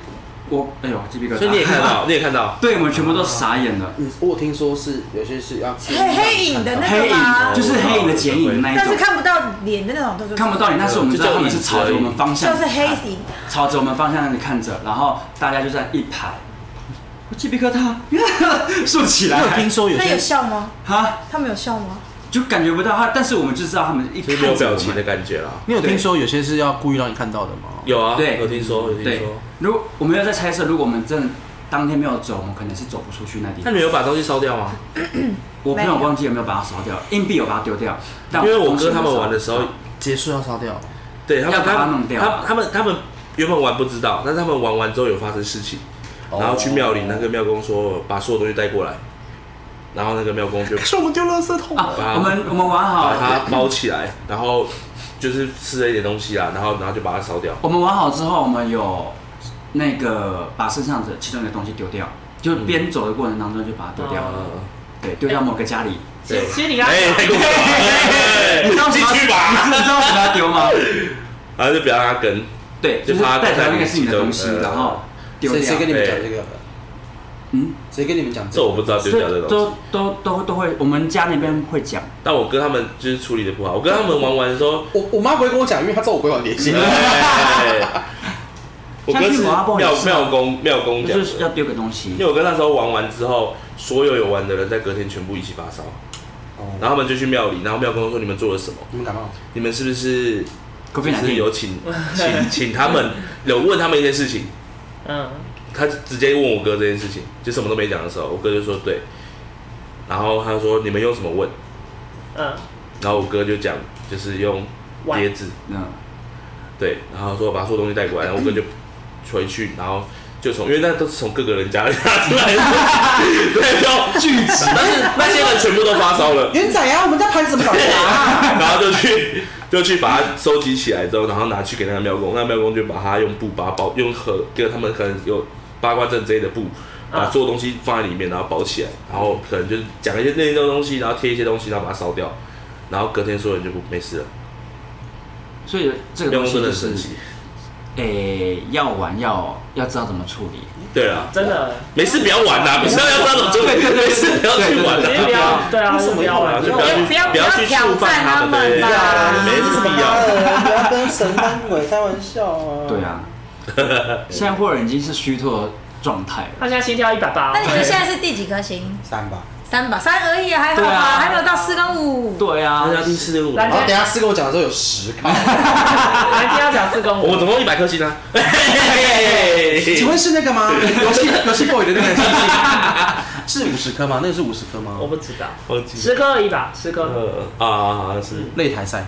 S3: 我哎呦鸡皮疙瘩，
S2: 所以你也看得， 到，你也看到，
S3: 对我们全部都傻眼了，
S1: 你我有听说是有些是要
S5: 黑黑影的那个
S3: 黑影
S5: 吗
S3: 就是黑影的剪影那一
S5: 但是
S3: 种。
S5: 看不到脸的那种，就是
S3: 哎看不到你，但是我们知道他们是朝着我们方向
S5: 就
S3: 看，
S5: 是黑影，
S3: 朝着我们方向那里看着，然后大家就在一排，我鸡皮疙瘩 竖起
S1: 你有
S3: 来
S1: 听，说有
S5: 那有
S1: 些
S5: 笑吗？
S3: 哈，
S5: 他们有笑吗？
S3: 就感觉不到他，但是我们就知道他们一
S2: 就
S3: 看
S2: 是没有
S3: 着
S2: 表
S3: 我
S2: 情的
S3: 们。
S2: 感觉啦。
S1: 你有听说有些是要故意让你看到的吗？
S2: 有啊，
S3: 对
S2: 有听说，有听
S3: 对
S2: 说。，
S3: 如果我们要在猜测，如果我们真的当天没有走，我们可能是走不出去那地
S2: 那
S3: 方。
S2: 你有把东西烧掉吗？
S3: 我朋友忘记有没有把它烧掉，硬币有把它丢掉，但
S2: 因为我哥他们玩的时候，
S1: 结束要烧掉，
S2: 对他们
S3: 要把它
S2: 他们
S3: 弄掉
S2: 他他们他们原本玩不知道，但是他们玩完之后有发生事情，
S3: 哦
S2: 然后去庙里那个庙公说把所有东西带过来，然后那个庙公就
S1: 可是我们丢垃圾桶
S3: 啊
S1: 了。，
S2: 把
S3: 我们我们玩
S2: 把它
S3: 好，
S2: 包起来，然后就是吃了一点东西啊，然后然后就把它烧掉。
S3: 我们玩好之后，我们有那个把身上的其中一个东西丢掉，就边走的过程当中就把它丢掉了，
S2: 呃，
S3: 对，丢到某个家里。
S4: 其
S2: 对
S4: 实其实你
S3: 啊
S4: 刚刚
S2: 哎，太过分
S3: 哎
S2: 了
S3: 你知道为什么
S2: 进去
S3: 要你知
S2: 吧，
S3: 道为什么要丢吗？
S2: 然后就不要让它跟，
S3: 对，就是
S2: 就怕它
S3: 代表那个是你的东西，
S2: 呃
S3: 然后丢
S1: 谁
S3: 掉
S1: 谁。跟你们讲这个？
S3: 嗯，
S1: 谁跟你们讲
S2: 这我不知道丢
S3: 所以
S2: 掉这东西
S3: 都。都都都会，我们家那边会讲，
S2: 但我哥他们就是处理的不好，我哥他们玩完的时 候，
S1: 我我妈不会跟我讲，因为她知道我不会玩碟仙。
S2: 嗯哎我哥
S3: 像
S2: 是
S3: 去
S2: 庙
S3: 麻布也是啊
S2: 庙公庙公讲
S3: 就
S2: 的，
S3: 是要丢个东
S2: 因
S3: 西
S2: 为。我哥那时候玩完之后，所有有玩的人在隔天全部一起发烧，
S1: 哦，
S2: 然后他们就去庙里，然后庙公说你们做了什么？
S1: 你们感冒？
S2: 你们是不是
S3: 可
S2: 就
S3: 非
S2: 是有请请请他们有问他们一些事情？
S4: 嗯，
S2: 他直接问我哥这件事情，就什么都没讲的时候，我哥就说对，然后他说你们用什么问？
S4: 嗯，
S2: 然后我哥就讲就是用
S4: 碗
S2: 碟子，
S3: 嗯，
S2: 对，然后说把所有东西带过来，然后我哥就回去，然后就从因为那都是从各个人家里拿出来的东西，对，就
S3: 聚集。
S2: 但是那些人全部都发烧了，
S1: 元仔啊，我们家盘子怎么搞 的啊？
S2: 然后就去就去把它收集起来之后，然后拿去给那个庙公，那庙公就把它用布把它包，用和跟他们可能有八卦阵之类的布，把所有东西放在里面，然后包起来，然后可能就是讲一些内容东西，然后贴一些东西，然后把它烧掉，然后隔天所有人就不没事了，
S3: 所以这个
S2: 庙公
S3: 东西
S2: 真的
S3: 就
S2: 很神，
S3: 是
S2: 奇。
S3: 诶，要玩要要知道怎么处理。
S2: 对啊，
S4: 真的，
S2: 没事不要玩啦，不是要要抓种就没事不要去玩
S4: 直接
S2: 啦
S4: 不。要，对啊，
S1: 为什么
S4: 不要玩
S2: 就
S4: 这
S2: 不
S4: 个
S2: 要去，
S5: 不要
S2: 不要去触犯他们，对，
S5: 不要挑战他们吧
S2: 没这必要。
S1: 不要跟神单鬼开玩笑啊
S2: 嗯
S3: 对， 啊，现在霍尔已经是虚脱的状态了。
S4: 他现在心跳一百 八，
S5: 那你们现在是第几颗星？
S1: 三吧。
S5: 三吧，三而已，还好
S3: 对
S5: 吧，
S3: 啊
S5: 还没有到四跟五。
S3: 对啊
S2: 大，家第四五，
S1: 然后等一下四跟我讲的时候有十个。
S4: 来今天要讲四公
S2: 我
S4: 五，
S2: 总共一百颗星啊。
S1: 请问是那个吗？游戏游戏 boy 的那个星星是五十颗吗？那个是五十颗吗
S4: 我？不知道，
S2: 忘记
S4: 十颗而已吧，十颗，
S2: 呃啊，好像是
S1: 擂台赛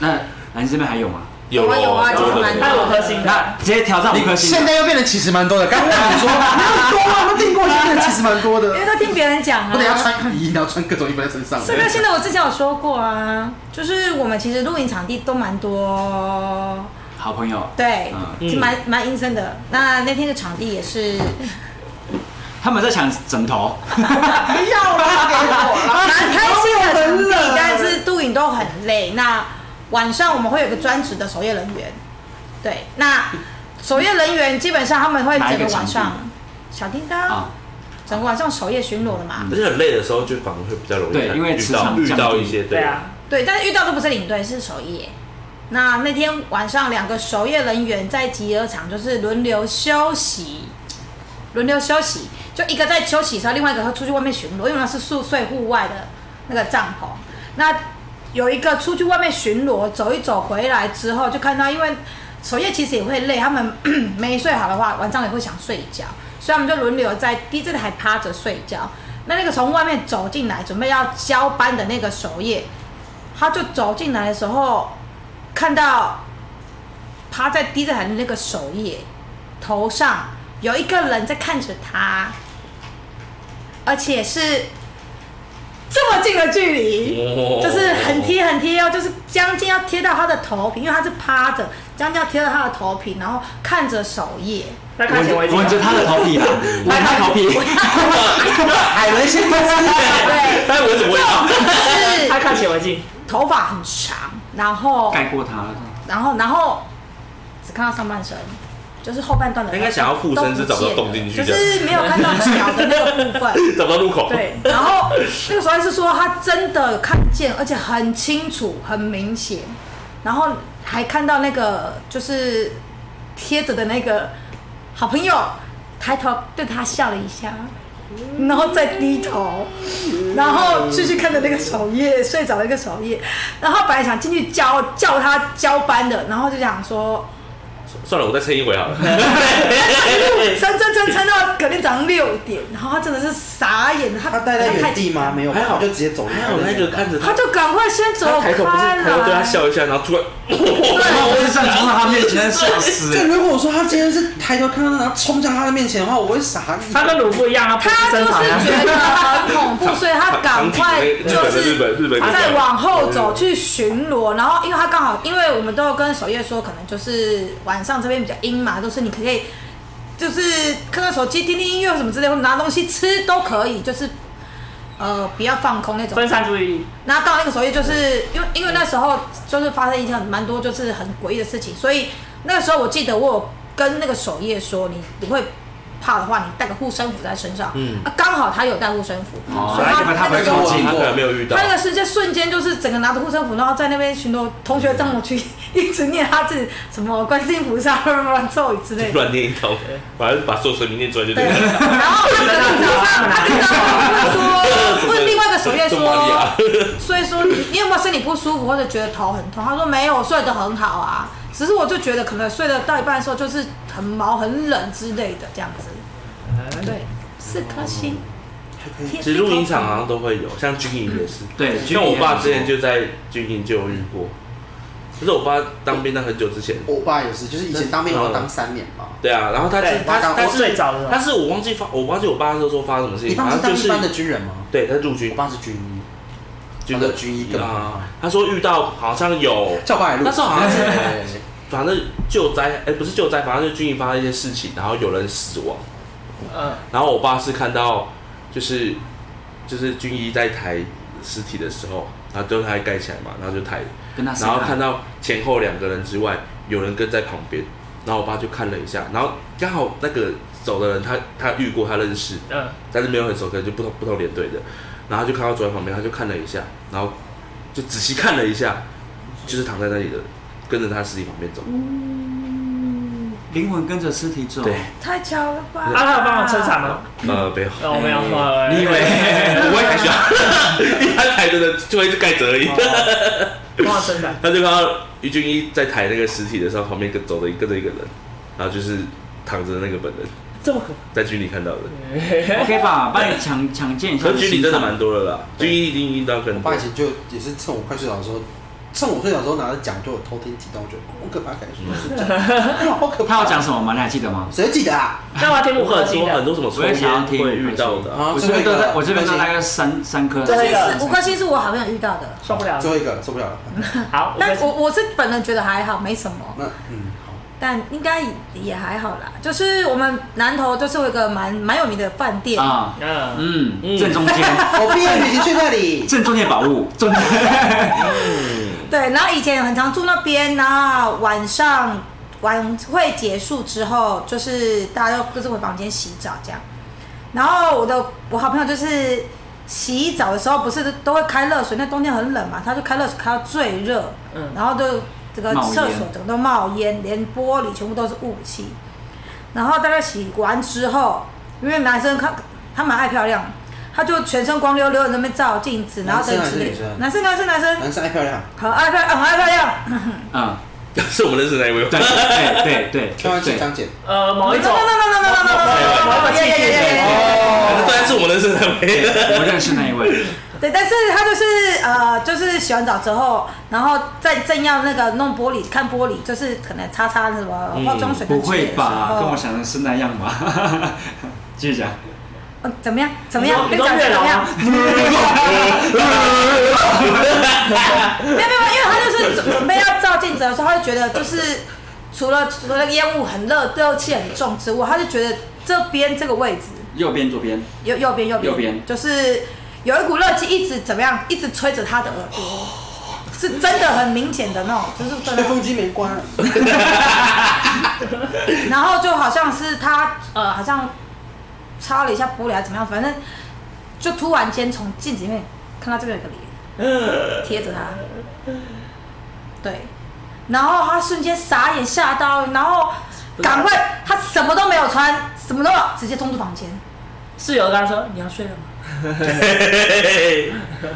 S3: 那南京这边还有吗？
S2: 有
S5: 啊有啊
S2: 咯
S5: 就是蛮
S2: 有
S5: 多
S4: 还
S2: 的
S4: 有五颗星的，
S3: 那直接挑战五颗星
S1: 现
S3: 吧。
S1: 在又变得其实蛮多的。刚刚我说没有多吗？我们听过现在其实蛮多的
S5: 因为。都听别人讲啊。
S1: 我等一下穿看衣，然后穿各种衣服在身上。
S5: 这个现在我之前有说过啊，就是我们其实露营场地都蛮多，
S3: 好朋友，
S5: 对，
S3: 嗯
S5: 是蛮蛮阴森的。那那天的场地也是，
S3: 他们在抢枕头。
S1: 不要 啦，给我啦。
S5: 蛮开心的场
S1: 啊很
S5: 地
S1: 冷，
S5: 但是露营都很累。那晚上我们会有个专职的守夜人员，对，那守夜人员基本上他们会整
S3: 哪一个
S5: 晚
S3: 场地
S5: 上小叮当
S3: 啊，
S5: 整个晚上守夜巡逻的嘛。
S2: 而且很累的时候，就反而会比较容易
S3: 对因为
S2: 遇
S3: 磁
S2: 到
S3: 场
S2: 遇到
S3: 降低
S2: 一些
S4: 对啊，
S5: 对，但是遇到的不是领队，是守夜。那那天晚上，两个守夜人员在集合场就是轮流休息，轮流休息，就一个在休息的时候，另外一个会出去外面巡逻，因为那是宿睡户外的那个帐篷。那有一个出去外面巡逻，走一走回来之后，就看到因为守夜其实也会累，他们 没睡好的话，晚上也会想睡觉，所以他们就轮流在 DJ 台趴着睡觉。那那个从外面走进来准备要交班的那个守夜，他就走进来的时候，看到趴在 DJ 台的那个守夜头上有一个人在看着他，而且是这么近的距离。
S2: 哦
S5: 就是很贴很贴哦，就是将近要贴到他的头皮，因为他是趴着，将近要贴到他的头皮，然后看着首页。
S4: 那看
S3: 闻
S4: 起来我已啊
S3: 着
S4: 经
S3: 闻着他的头皮啦，闻他头皮，海伦先
S5: 对，
S2: 哎，我怎么会到？
S5: 是
S4: 他看显微镜，
S5: 头发很长，然 后
S3: 盖过他了。
S5: 然后然后只看到上半身，就是后半段的
S2: 他
S5: 人
S2: 应该想要附身是找不到
S5: 都
S2: 洞
S5: 不见
S2: 进
S5: 了
S2: 去
S5: 就
S2: 这样
S5: 是没有看到脚的那个部分。
S2: 找不到入口。
S5: 对，然后那个时候是说他真的看见，而且很清楚、很明显，然后还看到那个就是贴着的那个好朋友抬头对他笑了一下，然后再低头，然后继续看着那个首页，睡着了一个首页，然后本来想进去教叫他交班的，然后就想说
S2: 算了，我再撑一回好了。
S5: 撑撑撑撑到隔天早上六点，然后他真的是傻眼，他
S6: 他待在
S5: 太
S6: 原地吗？没有，
S2: 还好
S6: 他就直接走。
S2: 还有那个看着
S5: 他
S2: 他，
S5: 就赶快先走
S6: 他
S5: 开
S6: 抬头不是
S5: 了。
S2: 然后对他笑一下，然后突然，
S3: 然后我是想冲到他面前笑死
S6: 就如果说他今天是抬头看到他，然后冲向他的面前的话，我会傻眼。
S4: 他跟鲁夫一样，他不
S5: 他
S4: 是
S5: 就是
S4: 正常人。
S5: 觉得很恐怖，所以他赶快就
S2: 长颈鹿日本
S5: 是
S2: 日本日本
S5: 再往后走去巡逻。然后，因为他刚好，因为我们都有跟守夜说，可能就是晚上这边比较阴嘛，都是你可以就是看看手机、听听音乐什么之类，或者拿东西吃都可以，就是呃不要放空那种
S4: 分。散注意力，
S5: 那到那个时候，就是因为因为那时候就是发生一件蛮多就是很诡异的事情，所以那个时候我记得我有跟那个守夜说，你你会怕的话，你带个护身符在身上。
S2: 嗯
S5: 啊，刚好他有带护身符，
S3: 哦
S5: 所以
S3: 所以他
S5: 那
S3: 不会
S5: 个时候
S3: 靠近
S2: 他可能没有遇到
S5: 他。那个世界瞬间就是整个拿着护身符，然后在那边巡逻，同学让我去一直念他自己什么观世音菩萨乱咒语之类的。
S2: 乱念一通，反正把所有神明念出来就对
S5: 对，
S2: 了。
S5: 然后他跟你早上，他跟早 上问说，问另外一个守夜
S2: 这么厉害
S5: 说，所以说你你有没有身体不舒服或者觉得头很痛？他说没有，我睡得很好啊，只是我就觉得可能睡得到一半的时候就是很毛很冷之类的这样子。对，四颗星。
S2: 其实露营场好啊像都会有，像军营也是。
S3: 对，
S2: 像我爸之前就在军营就有遇过，就是我爸当兵在很久之前，
S6: 我爸也是，就是以前当兵好像当三年吧。
S2: 对啊，然后他是
S4: 对
S2: 他
S6: 我爸
S2: 他
S4: 我
S2: 是
S4: 睡着了。
S2: 但是我忘记发，我忘记我爸那时候说发生什么事
S6: 你
S2: 情，
S6: 爸
S2: 好
S6: 是
S2: 像
S6: 当
S2: 就
S6: 一
S2: 是
S6: 般的军人吗？
S2: 对，他是陆军
S6: 我，爸是军医，
S2: 军
S6: 他是军医的
S2: 啊。他说遇到好像有，
S6: 叫我爸来录。
S2: 那时候好像是
S6: 对
S2: 反正救灾，哎，不是救灾，反正就军营发生一些事情，然后有人死亡，
S4: 嗯，
S2: 然后我爸是看到就是就是军医在抬尸体的时候，然后最后他还盖起来嘛，然后就抬，
S3: 跟他
S2: 然后看到前后两个人之外，有人跟在旁边，然后我爸就看了一下，然后刚好那个走的人他他遇过，他认识，
S4: 嗯，
S2: 但是没有很熟，可能就不同不同连队的，然后他就看到坐在旁边，他就看了一下，然后就仔细看了一下，就是躺在那里的，跟着他尸体旁边走，
S3: 灵魂跟着尸体走。
S2: 对，
S5: 太巧了吧！
S4: 啊他有帮我撑伞吗？
S2: 呃，没有，
S4: 哦，没有，
S3: 哎
S4: 呃
S3: 你以为？
S2: 我也还需要，一般抬着的就会去盖着而已。
S4: 帮我撑伞？
S2: 他就看到于俊一在抬那个尸体的时候，旁边跟走着一跟着一个人，然后就是躺着的那个本人，
S4: 这么可
S2: 在剧里看到的。
S3: OK 吧，帮你强强健一下
S2: 可
S3: 你
S2: 是
S3: 的
S2: 剧里
S3: 心脏。
S2: 真的蛮多的啦，
S6: 对
S2: 剧一定遇到
S6: 我
S2: 更多
S6: 爸以。前就也是趁我快睡着的时候，趁我睡着的时候拿着讲座偷听几道，我觉得好可怕，感觉睡觉，好可怕。
S3: 他要讲什么吗？你还记得吗？
S6: 谁记得啊？
S4: 那我要听
S2: 我
S4: 五颗
S2: 很
S4: 星
S2: 多很
S4: 的。
S2: 多什么抽
S3: 我也想要
S2: 烟
S3: 听
S2: 会遇到的啊，
S6: 啊，
S3: 我这
S6: 最后一
S3: 边都
S6: 个
S3: 在，，我这
S6: 最
S3: 边都
S6: 后一
S3: 大
S6: 个
S3: 概三三颗。
S5: 五颗
S4: 对
S5: 星是五颗星是我好像遇到的，
S4: 受不了
S6: 最
S4: 了。
S6: 后一个受不了了。
S4: 好，
S5: 但
S4: 我
S5: 我我是本人觉得还好，没什么。
S6: 那嗯，好，
S5: 但应该也还好啦。就是我们南投就是有一个蛮蛮有名的饭店，
S3: 啊，
S4: 嗯，
S3: 嗯，正 中间，
S6: 我毕业旅行去那 里，
S3: 正中间宝物，中间。
S5: 对，然后以前很常住那边，然后晚上晚会结束之后，就是大家都各自回房间洗澡这样。然后我的我好朋友就是洗澡的时候不是都会开热水，那冬天很冷嘛，他就开热水开到最热，
S4: 嗯
S5: 然后就这个
S3: 冒烟
S5: 厕所整个都冒烟，连玻璃全部都是雾气。然后大概洗完之后，因为男生看他蛮爱漂亮，他就全身光溜溜的那边照镜子，然后
S6: 男生
S5: 在
S6: 还是
S5: 洗
S6: 女生
S5: 男生男生男生哦
S6: 男生爱漂亮，
S5: 很爱漂亮，很爱漂亮。
S3: 嗯，
S2: 是我们认识的那一位吗
S3: 对？哎对对对，
S6: 开玩笑
S3: 对
S6: 讲解，
S4: 呃，某一种
S5: no no no no no no no no no，
S2: 还是对，是我们认识的那
S3: 对
S2: 位。
S3: 我认识那一位，
S5: 对，但是他就是呃，就是洗完澡之后，然后再正要那个弄玻璃看玻璃，就是可能擦擦什么化妆水
S3: 嗯不
S5: 跟
S3: 会
S5: 水的时
S3: 吧？跟
S5: 候
S3: 我，想的是那样吧？ 继续讲，
S5: 嗯，怎么样？怎么样？
S4: 你
S5: 你
S4: 说
S5: 讲
S4: 你说月
S5: 怎
S4: 老
S5: 么样
S4: 吗？？
S5: 没有没有，因为他就是准准备要照镜子的时候，他就觉得就是除了除了烟雾很热、热气很重之外，他就觉得这边这个位置
S3: 右边左边，
S5: 右右边右边
S3: 右边
S5: 就是有一股热气一直怎么样，一直吹着他的耳
S3: 哦
S5: 朵，是真的很明显的那种，就是真
S6: 吹
S5: 的。
S6: 风机没关，
S5: 然后就好像是他呃，好像擦了一下玻璃还是怎么样，反正就突然间从镜子里面看到这边有个脸。 贴着他，对，然后他瞬间傻眼吓到，然后
S4: 啊
S5: 赶快，他什么都没有穿，什么都没有，直接冲出房间，
S4: 室友跟他说：“你要睡了吗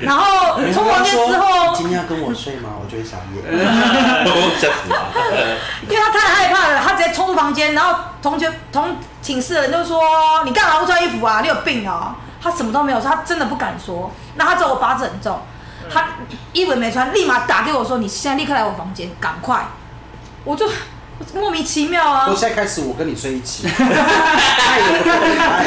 S5: 然后冲房间之后，
S6: 今天要跟我睡吗？我就会傻眼。
S2: 我吓死了。
S5: 因为他太害怕了，他直接冲出房间，然后同学同寝室的人就说：“你干嘛不穿衣服啊？你有病哦！”他什么都没有说，他真的不敢说。那他知道我八字很重，他衣服也没穿，立马打给我说：“你现在立刻来我房间，赶快！”我就我莫名其妙啊，
S6: 从现在开始，我跟你睡一起。太有可能了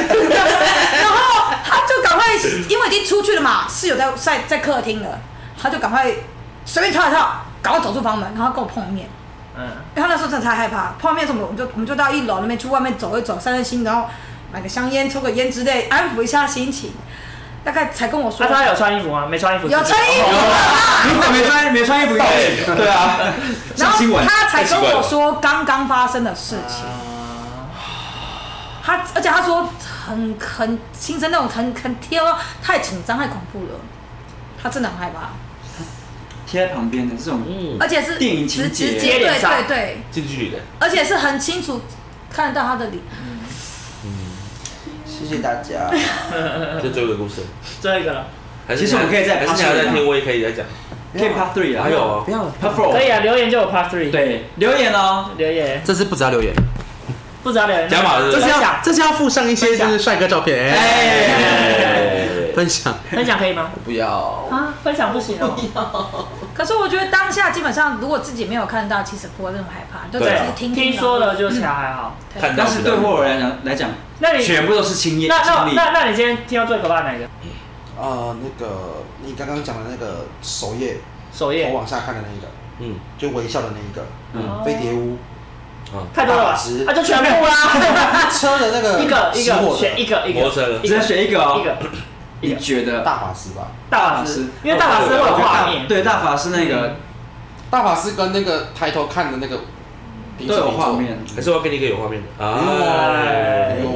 S5: 然后他就赶快，因为已经出去了嘛，室友在在在客厅了，他就赶快随便跳一跳，赶快走出房门，然后跟我碰面。？”
S4: 嗯，
S5: 因为他那时候真的太害怕，碰面什么，我们就我们就到一楼那边去外面走一走，散散心，然后买个香烟、抽个烟之类，安抚一下心情。大概才跟我说，
S4: 那他有穿衣服吗？没穿衣服。
S5: 有穿衣服啊，
S3: 如果没穿没穿衣服，对 啊，
S5: 然
S3: 上新
S5: 后
S3: 闻，
S5: 他才跟我说刚刚发生的事情。他而且他说很很心生那种很很贴哦，太紧张太恐怖了，他真的很害怕。
S3: 贴在旁边的这种，
S2: 嗯，
S5: 而且是
S3: 电影
S5: 直
S3: 情节
S5: 直
S4: 接
S5: 接
S4: 连
S5: 对
S4: 上
S5: 对对，
S2: 近距离的，
S5: 而且是很清楚看得到他的脸。
S6: 谢谢大家。
S2: 这最后一个故事。
S4: 最后一个了，
S2: 还是
S3: 其实我们可以再
S2: 还是你要再听，我也可以再讲。
S3: 可以 Part Three 啊，
S2: 还有啊
S6: 不要了，
S3: Part Four，
S4: 可以啊，留言就有 Part Three。，
S3: 对，留言哦，
S4: 留言
S1: 这次不知道留言，
S4: 不知道留言。
S2: 加码是不
S1: 这是
S2: 是
S4: 分
S1: 要
S4: 享，
S1: 这是要附上一些就是帅哥照片，哎，
S2: 哎
S1: 分享
S4: 分享可以吗？
S1: 不要，
S4: 啊，分享不行哦。
S5: 可是我觉得当下基本上，如果自己没有看到，其实不会那么害怕，就只
S2: 对啊
S5: 是听
S4: 听说了就其他还好。
S2: 看到
S3: 但是对我来讲来讲，
S4: 那你
S3: 全部都是经验
S4: 那那
S3: 经历
S4: 那，那你今天听到最可怕的哪一个？
S6: 呃，那个你刚刚讲的那个首页，
S4: 首
S6: 我
S4: 页。
S6: 往下看的那一个，
S2: 嗯
S6: 就微笑的那一个，
S3: 嗯，
S6: 飞碟屋，
S2: 啊，
S4: 太多了吧
S6: 大直？
S4: 那就全 部啦。
S6: 车的那个
S4: 一个一
S6: 熄
S4: 个
S6: 火
S4: 选
S6: 的
S4: 一个一
S2: 摩
S4: 个
S2: 托车呢，
S4: 一
S3: 只能
S4: 个
S3: 选一个
S4: 一
S3: 哦，
S4: 个
S3: 你觉得
S6: 大法师吧，
S4: 大法师，因为大法师会有画面。
S3: 对，大法师那个
S6: 大法师跟那个抬头看的那个
S3: 都有画面，
S2: 还是我要给你一个有画面的。
S6: 哎
S2: 哎，
S6: 呦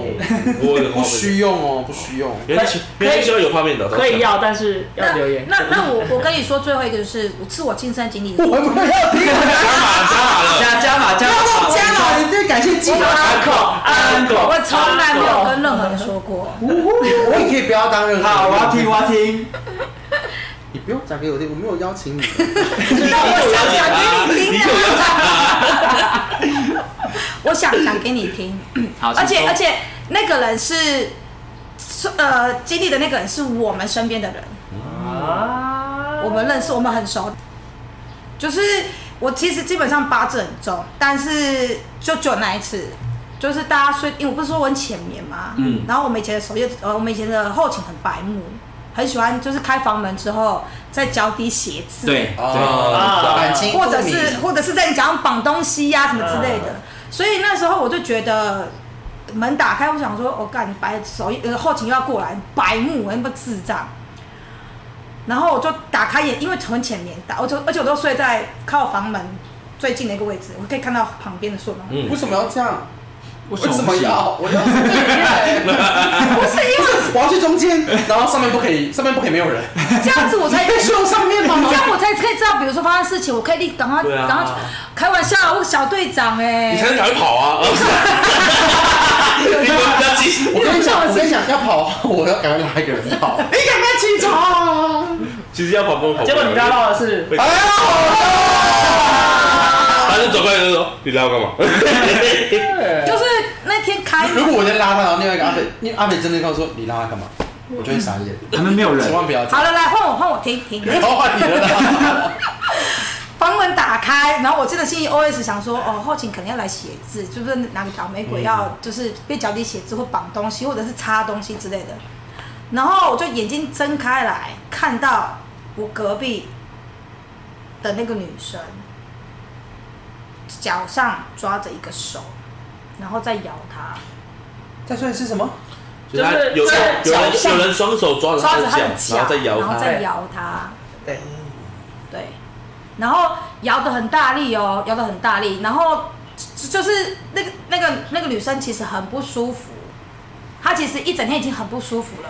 S2: 我有
S6: 不
S2: 画
S6: 需
S2: 面。
S6: 用哦，不需用。
S2: 原来是原来需要有画面的，
S4: 可以要，但是要留言。
S5: 那那那我我跟你说，最后一个就是我是我亲 身经历的。
S6: 我不要听
S2: 加码加码了。
S3: 加加码加码
S6: 加码，你这感谢基佬，
S5: 我从来没有跟任何人说过，
S6: 我也可以不要当任何。
S3: 好，我要听，我要听。
S6: 你不用讲给我听，我没有邀请 你。
S5: 那我想讲给你听啊！我想讲给你听，
S3: 好，
S5: 而且而
S3: 且
S5: 且那个人是，是呃，经历的那个人是我们身边的人，
S4: 啊
S5: 我们认识，我们很熟。就是我其实基本上八字很重，但是就只有那一次，就是大家睡，因为我不是说我很浅眠嘛，
S3: 嗯
S5: 然后我们以前的首页，呃，我们以前的后颈很白目，很喜欢就是开房门之后在脚底写字，
S3: 对
S2: 啊，
S6: 感情
S5: 或者是或者是在你脚上绑东西呀、什么之类
S2: 啊
S5: 的。所以那时候我就觉得门打开，我想说，我、干，你白手呃后勤又要过来，白目，你不智障。然后我就打开眼，因为很浅眠，打我就而且我都睡在靠房门最近的一个位置，我可以看到旁边的所有东西。
S2: 嗯
S6: 为，什么要这样？
S3: 为
S6: 为什么要？我要中 间，
S5: 不是因为
S6: 我要去中间，然后上面不可以，上面不可以没有人。
S5: 这样子我才
S6: 你可以去我上面吗
S5: 这？样我才可以知道，比如说发生事情，我可以立赶快
S2: 对啊
S5: 赶快开玩笑，我小队长哎、
S2: 你才能赶快跑 啊！你们不要急，
S6: 我跟你讲，我跟你讲，要跑，我要赶快拉一个人跑。你赶快起床！
S2: 其实要跑步跑。
S4: 结果你拉到的是
S2: 哎呀，
S6: 哎呦，
S2: 他就走过来 就说：“你来我干嘛？”
S5: 就是那天开
S6: 如果我在拉他，然后另外一个阿北，因为阿北真的跟我说你拉他干嘛，我就会傻眼，
S3: 他们没有人
S6: 千，万不要这样。
S5: 好了，来换我换我停停。
S6: 然后 换你了啦，
S5: 房门打开，然后我真的心里 OS E 想说，哦，后勤肯定要来写字，就是拿个倒霉鬼要就是被脚底写字或绑东西或者是插东西之类的。然后我就眼睛睁开来，看到我隔壁的那个女生脚上抓着一个手，然后再咬她，
S6: 再说一次什么？
S2: 就是他有有
S4: 就是
S2: 人有
S4: 脚上
S2: 人有人双手抓着
S5: 抓
S2: 他
S5: 着
S2: 的
S5: 她的
S2: 脚，然后再摇他，
S5: 然后再摇她。
S4: 对，
S5: 对，然后摇得很大力哦，摇得很大力，然后就就是那个那个那个女生其实很不舒服，她其实一整天已经很不舒服了，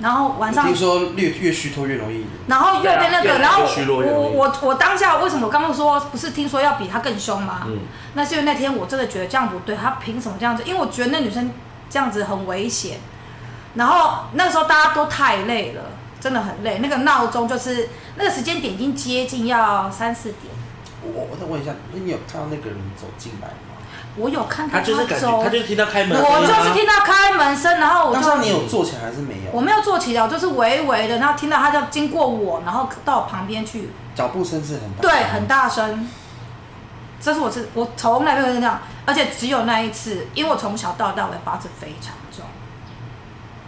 S5: 然后晚上
S6: 听说越越虚脱越容易。
S5: 然后又被那
S4: 对
S5: 个，
S4: 啊
S5: 然后
S2: 越虚弱越
S5: 我
S2: 容易
S5: 我我当下为什么我刚刚说不是听说要比他更凶吗？
S2: 嗯
S5: 那是因为那天我真的觉得这样不对，他凭什么这样子？因为我觉得那女生这样子很危险。然后那时候大家都太累了，真的很累。那个闹钟就是那个时间点已经接近要三四点，
S6: 我我再问一下，你有看到那个人走进来吗？
S5: 我有看到
S2: 他就是感
S5: 走
S2: 觉他就是听到开门，
S5: 我就是听到开门声，然后我
S6: 当
S5: 就
S6: 下你有坐起来还是没
S5: 我
S6: 有？
S5: 没有坐起来，我就是微微的，然后听到他就经过我，然后到我旁边去，
S6: 脚步声是很大。
S5: 对，很大声。这是我是我从来没有这样，而且只有那一次，因为我从小到大我的八字非常重，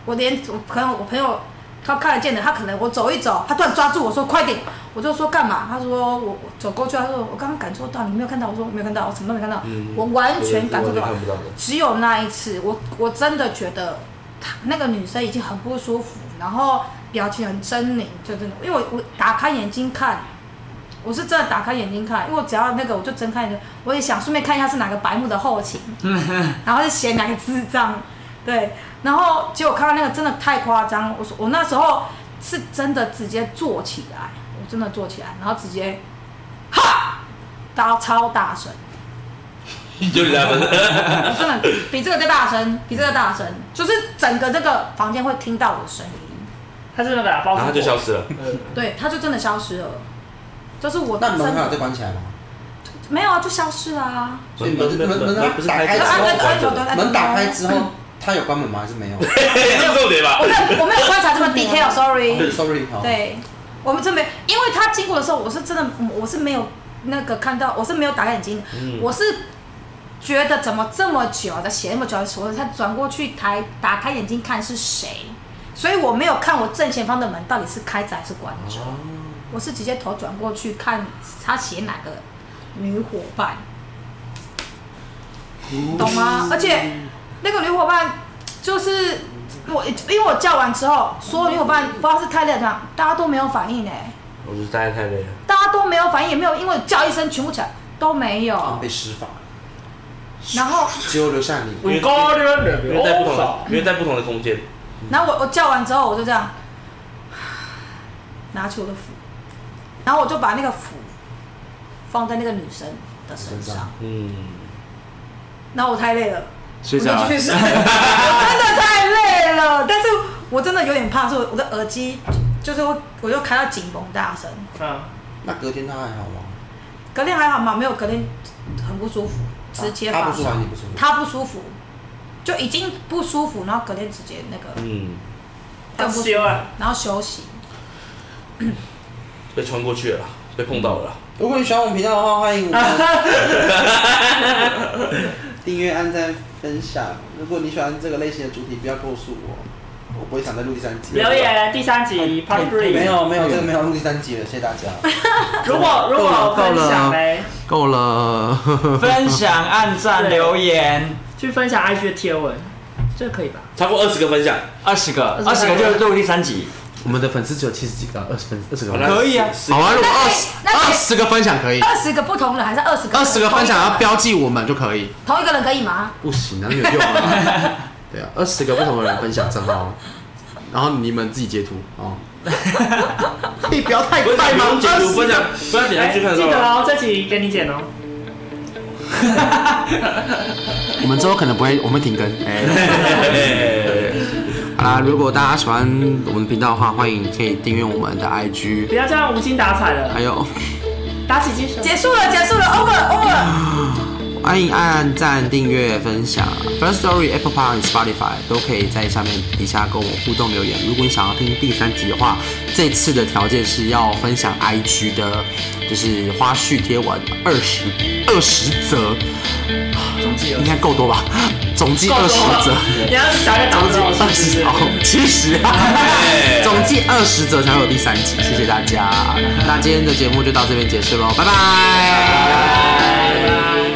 S5: 我连我朋友我朋友他看得见的，他可能我走一走，他突然抓住我说快点，我就说干嘛？他说我我走过去，他说我刚刚感受到你没有看到，我说我没有看到，我什么都没看到，我完全感受到，
S2: 看不 到的。
S5: 只有那一次，我我真的觉得她那个女生已经很不舒服，然后表情很狰狞，就真的，因为我我打开眼睛看，我是真的打开眼睛看，因为我只要那个我就睁开眼睛，我也想顺便看一下是哪个白目的后勤，然后是写哪个智障，对，然后结果看到那个真的太夸张，我说我那时候是真的直接坐起来，我真的坐起来，然后直接哈，大超大声。
S2: 就是他们，
S5: 真的比这个更大声，比这个大声，就是整个这个房间会听到我的声音。
S4: 他是那个啊包
S2: 然后
S4: 租
S2: 他就消
S4: 婆，
S2: 失了。
S4: 嗯
S5: 对，它就真的消失了，就是我
S6: 那
S5: 真
S6: 门还有
S5: 的
S6: 再关起来吗？
S5: 没有啊，就消失了啊。
S6: 所以门 门门
S2: 门不
S6: 门
S2: 是
S6: 打
S2: 开
S6: 开
S2: 着
S6: 之
S2: 吗
S6: 后，
S5: 哎
S6: 门打开之后，他有关门吗？还是没有
S2: 这是重点吧
S5: 我？没有我没有观察这么 detail，sorry。
S6: ？Sorry，好。
S1: 哦
S5: 对，我们真没，因为他经过的时候，我是真的，我是没有那个看到，我是没有打开眼睛，我是觉得怎么这么久啊的写那么久的我才转过去抬打开眼睛看是谁，所以我没有看我正前方的门到底是开着还是关着，我是直接头转过去看他写哪个女伙伴，懂吗？而且那个女伙伴就是我，因为我叫完之后，所有女伙伴不知道是太累了怎么样，大家都没有反应哎、
S2: 我就是大家太累了，
S5: 大家都没有反应，也没有因为叫一声全部起来都没有。
S6: 被施法，
S5: 然后，
S6: 只有留下你。
S2: 因为
S4: 五高溜的
S2: 因为在不同的
S4: 哦，
S2: 因为在不同的空间，
S5: 然后我我叫完之后，我就这样拿起我的符，然后我就把那个符放在那个女生的身
S6: 身
S5: 上
S6: 上。
S2: 嗯，
S5: 然后我太累了，
S3: 睡
S5: 我就
S3: 着
S5: 去 睡，我真的太累了。但是我真的有点怕，所以我的耳机就是我我就开到紧绷大声。
S4: 嗯，
S6: 那隔天他还好吗？
S5: 隔天还好嘛，没有隔天很不舒服，直接
S6: 他
S5: 发
S6: 不舒
S5: 烧
S6: 服还。是你不舒服？
S5: 他不舒服，就已经不舒服，然后隔天直接那个
S2: 嗯，
S5: 更
S4: 要
S5: 不舒
S4: 修啊，
S5: 然后休息。
S2: 被穿过去了，被碰到了，
S6: 如果你喜欢我们频道的话，欢迎我们订阅、按赞、分享。如果你喜欢这个类型的主题，不要告诉我，我不会想再录第三集。
S4: 留言第三集 Part
S6: 没
S4: Three，
S6: 有没有，这个没有录第三集了，谢谢大家。
S4: 如果如果分享嘞，
S1: 够了，
S3: 分享、按赞、留言，
S4: 去分享 IG 的贴文，这可以吧？
S2: 超过二十个分享，
S3: 二十个，
S4: 二
S3: 二
S4: 十
S3: 十
S4: 个
S3: 个就录第三集，
S1: 我们的粉丝只有七十几个，二十分二十个
S2: 好
S1: 分
S2: 那
S1: 享。
S3: 可以啊
S2: 十
S1: 好啊，如果
S5: 那可以
S1: 二十
S5: 那可以
S1: 二十个分享可以，
S5: 二十个不同人还是二十个？
S1: 二十个分享要标记我们就可以。
S5: 同一个人可以吗？
S1: 不行啊，没有用啊。 对啊，二十个不同的人分享账号，然后你们自己截图哦。可以不要太
S2: 不是
S1: 快
S2: 不
S1: 吗
S2: 用？解读分享，不要点
S4: 哎
S2: 下去
S4: 记
S2: 看
S4: 得
S2: 到。
S4: 哦，这集给你剪哦。
S1: 我们之后可能不会，我们会停更。哎，好啦，如果大家喜欢我们的频道的话，欢迎可以订阅我们的 IG，
S4: 不要这样无精打采了
S1: 还。有
S4: 大
S5: 打起精神。
S7: 结束了，结束了，over over。
S1: 欢迎按赞、订阅、分享，First Story、Apple Park、Spotify 都可以在下面底下跟我们互动留言。如果你想要听第三集的话，这次的条件是要分享 IG 的，就是花絮贴文二十二十则，
S3: 总计有
S1: 应该够多吧？总计二十则。
S4: 你要打个
S1: 总
S4: 打字
S1: 计
S4: 老
S1: 二
S4: 师
S1: 十哦，其实啊，总计二十则才会有第三集，谢谢大家。那今天的节目就到这边结束喽，拜拜
S4: 拜拜。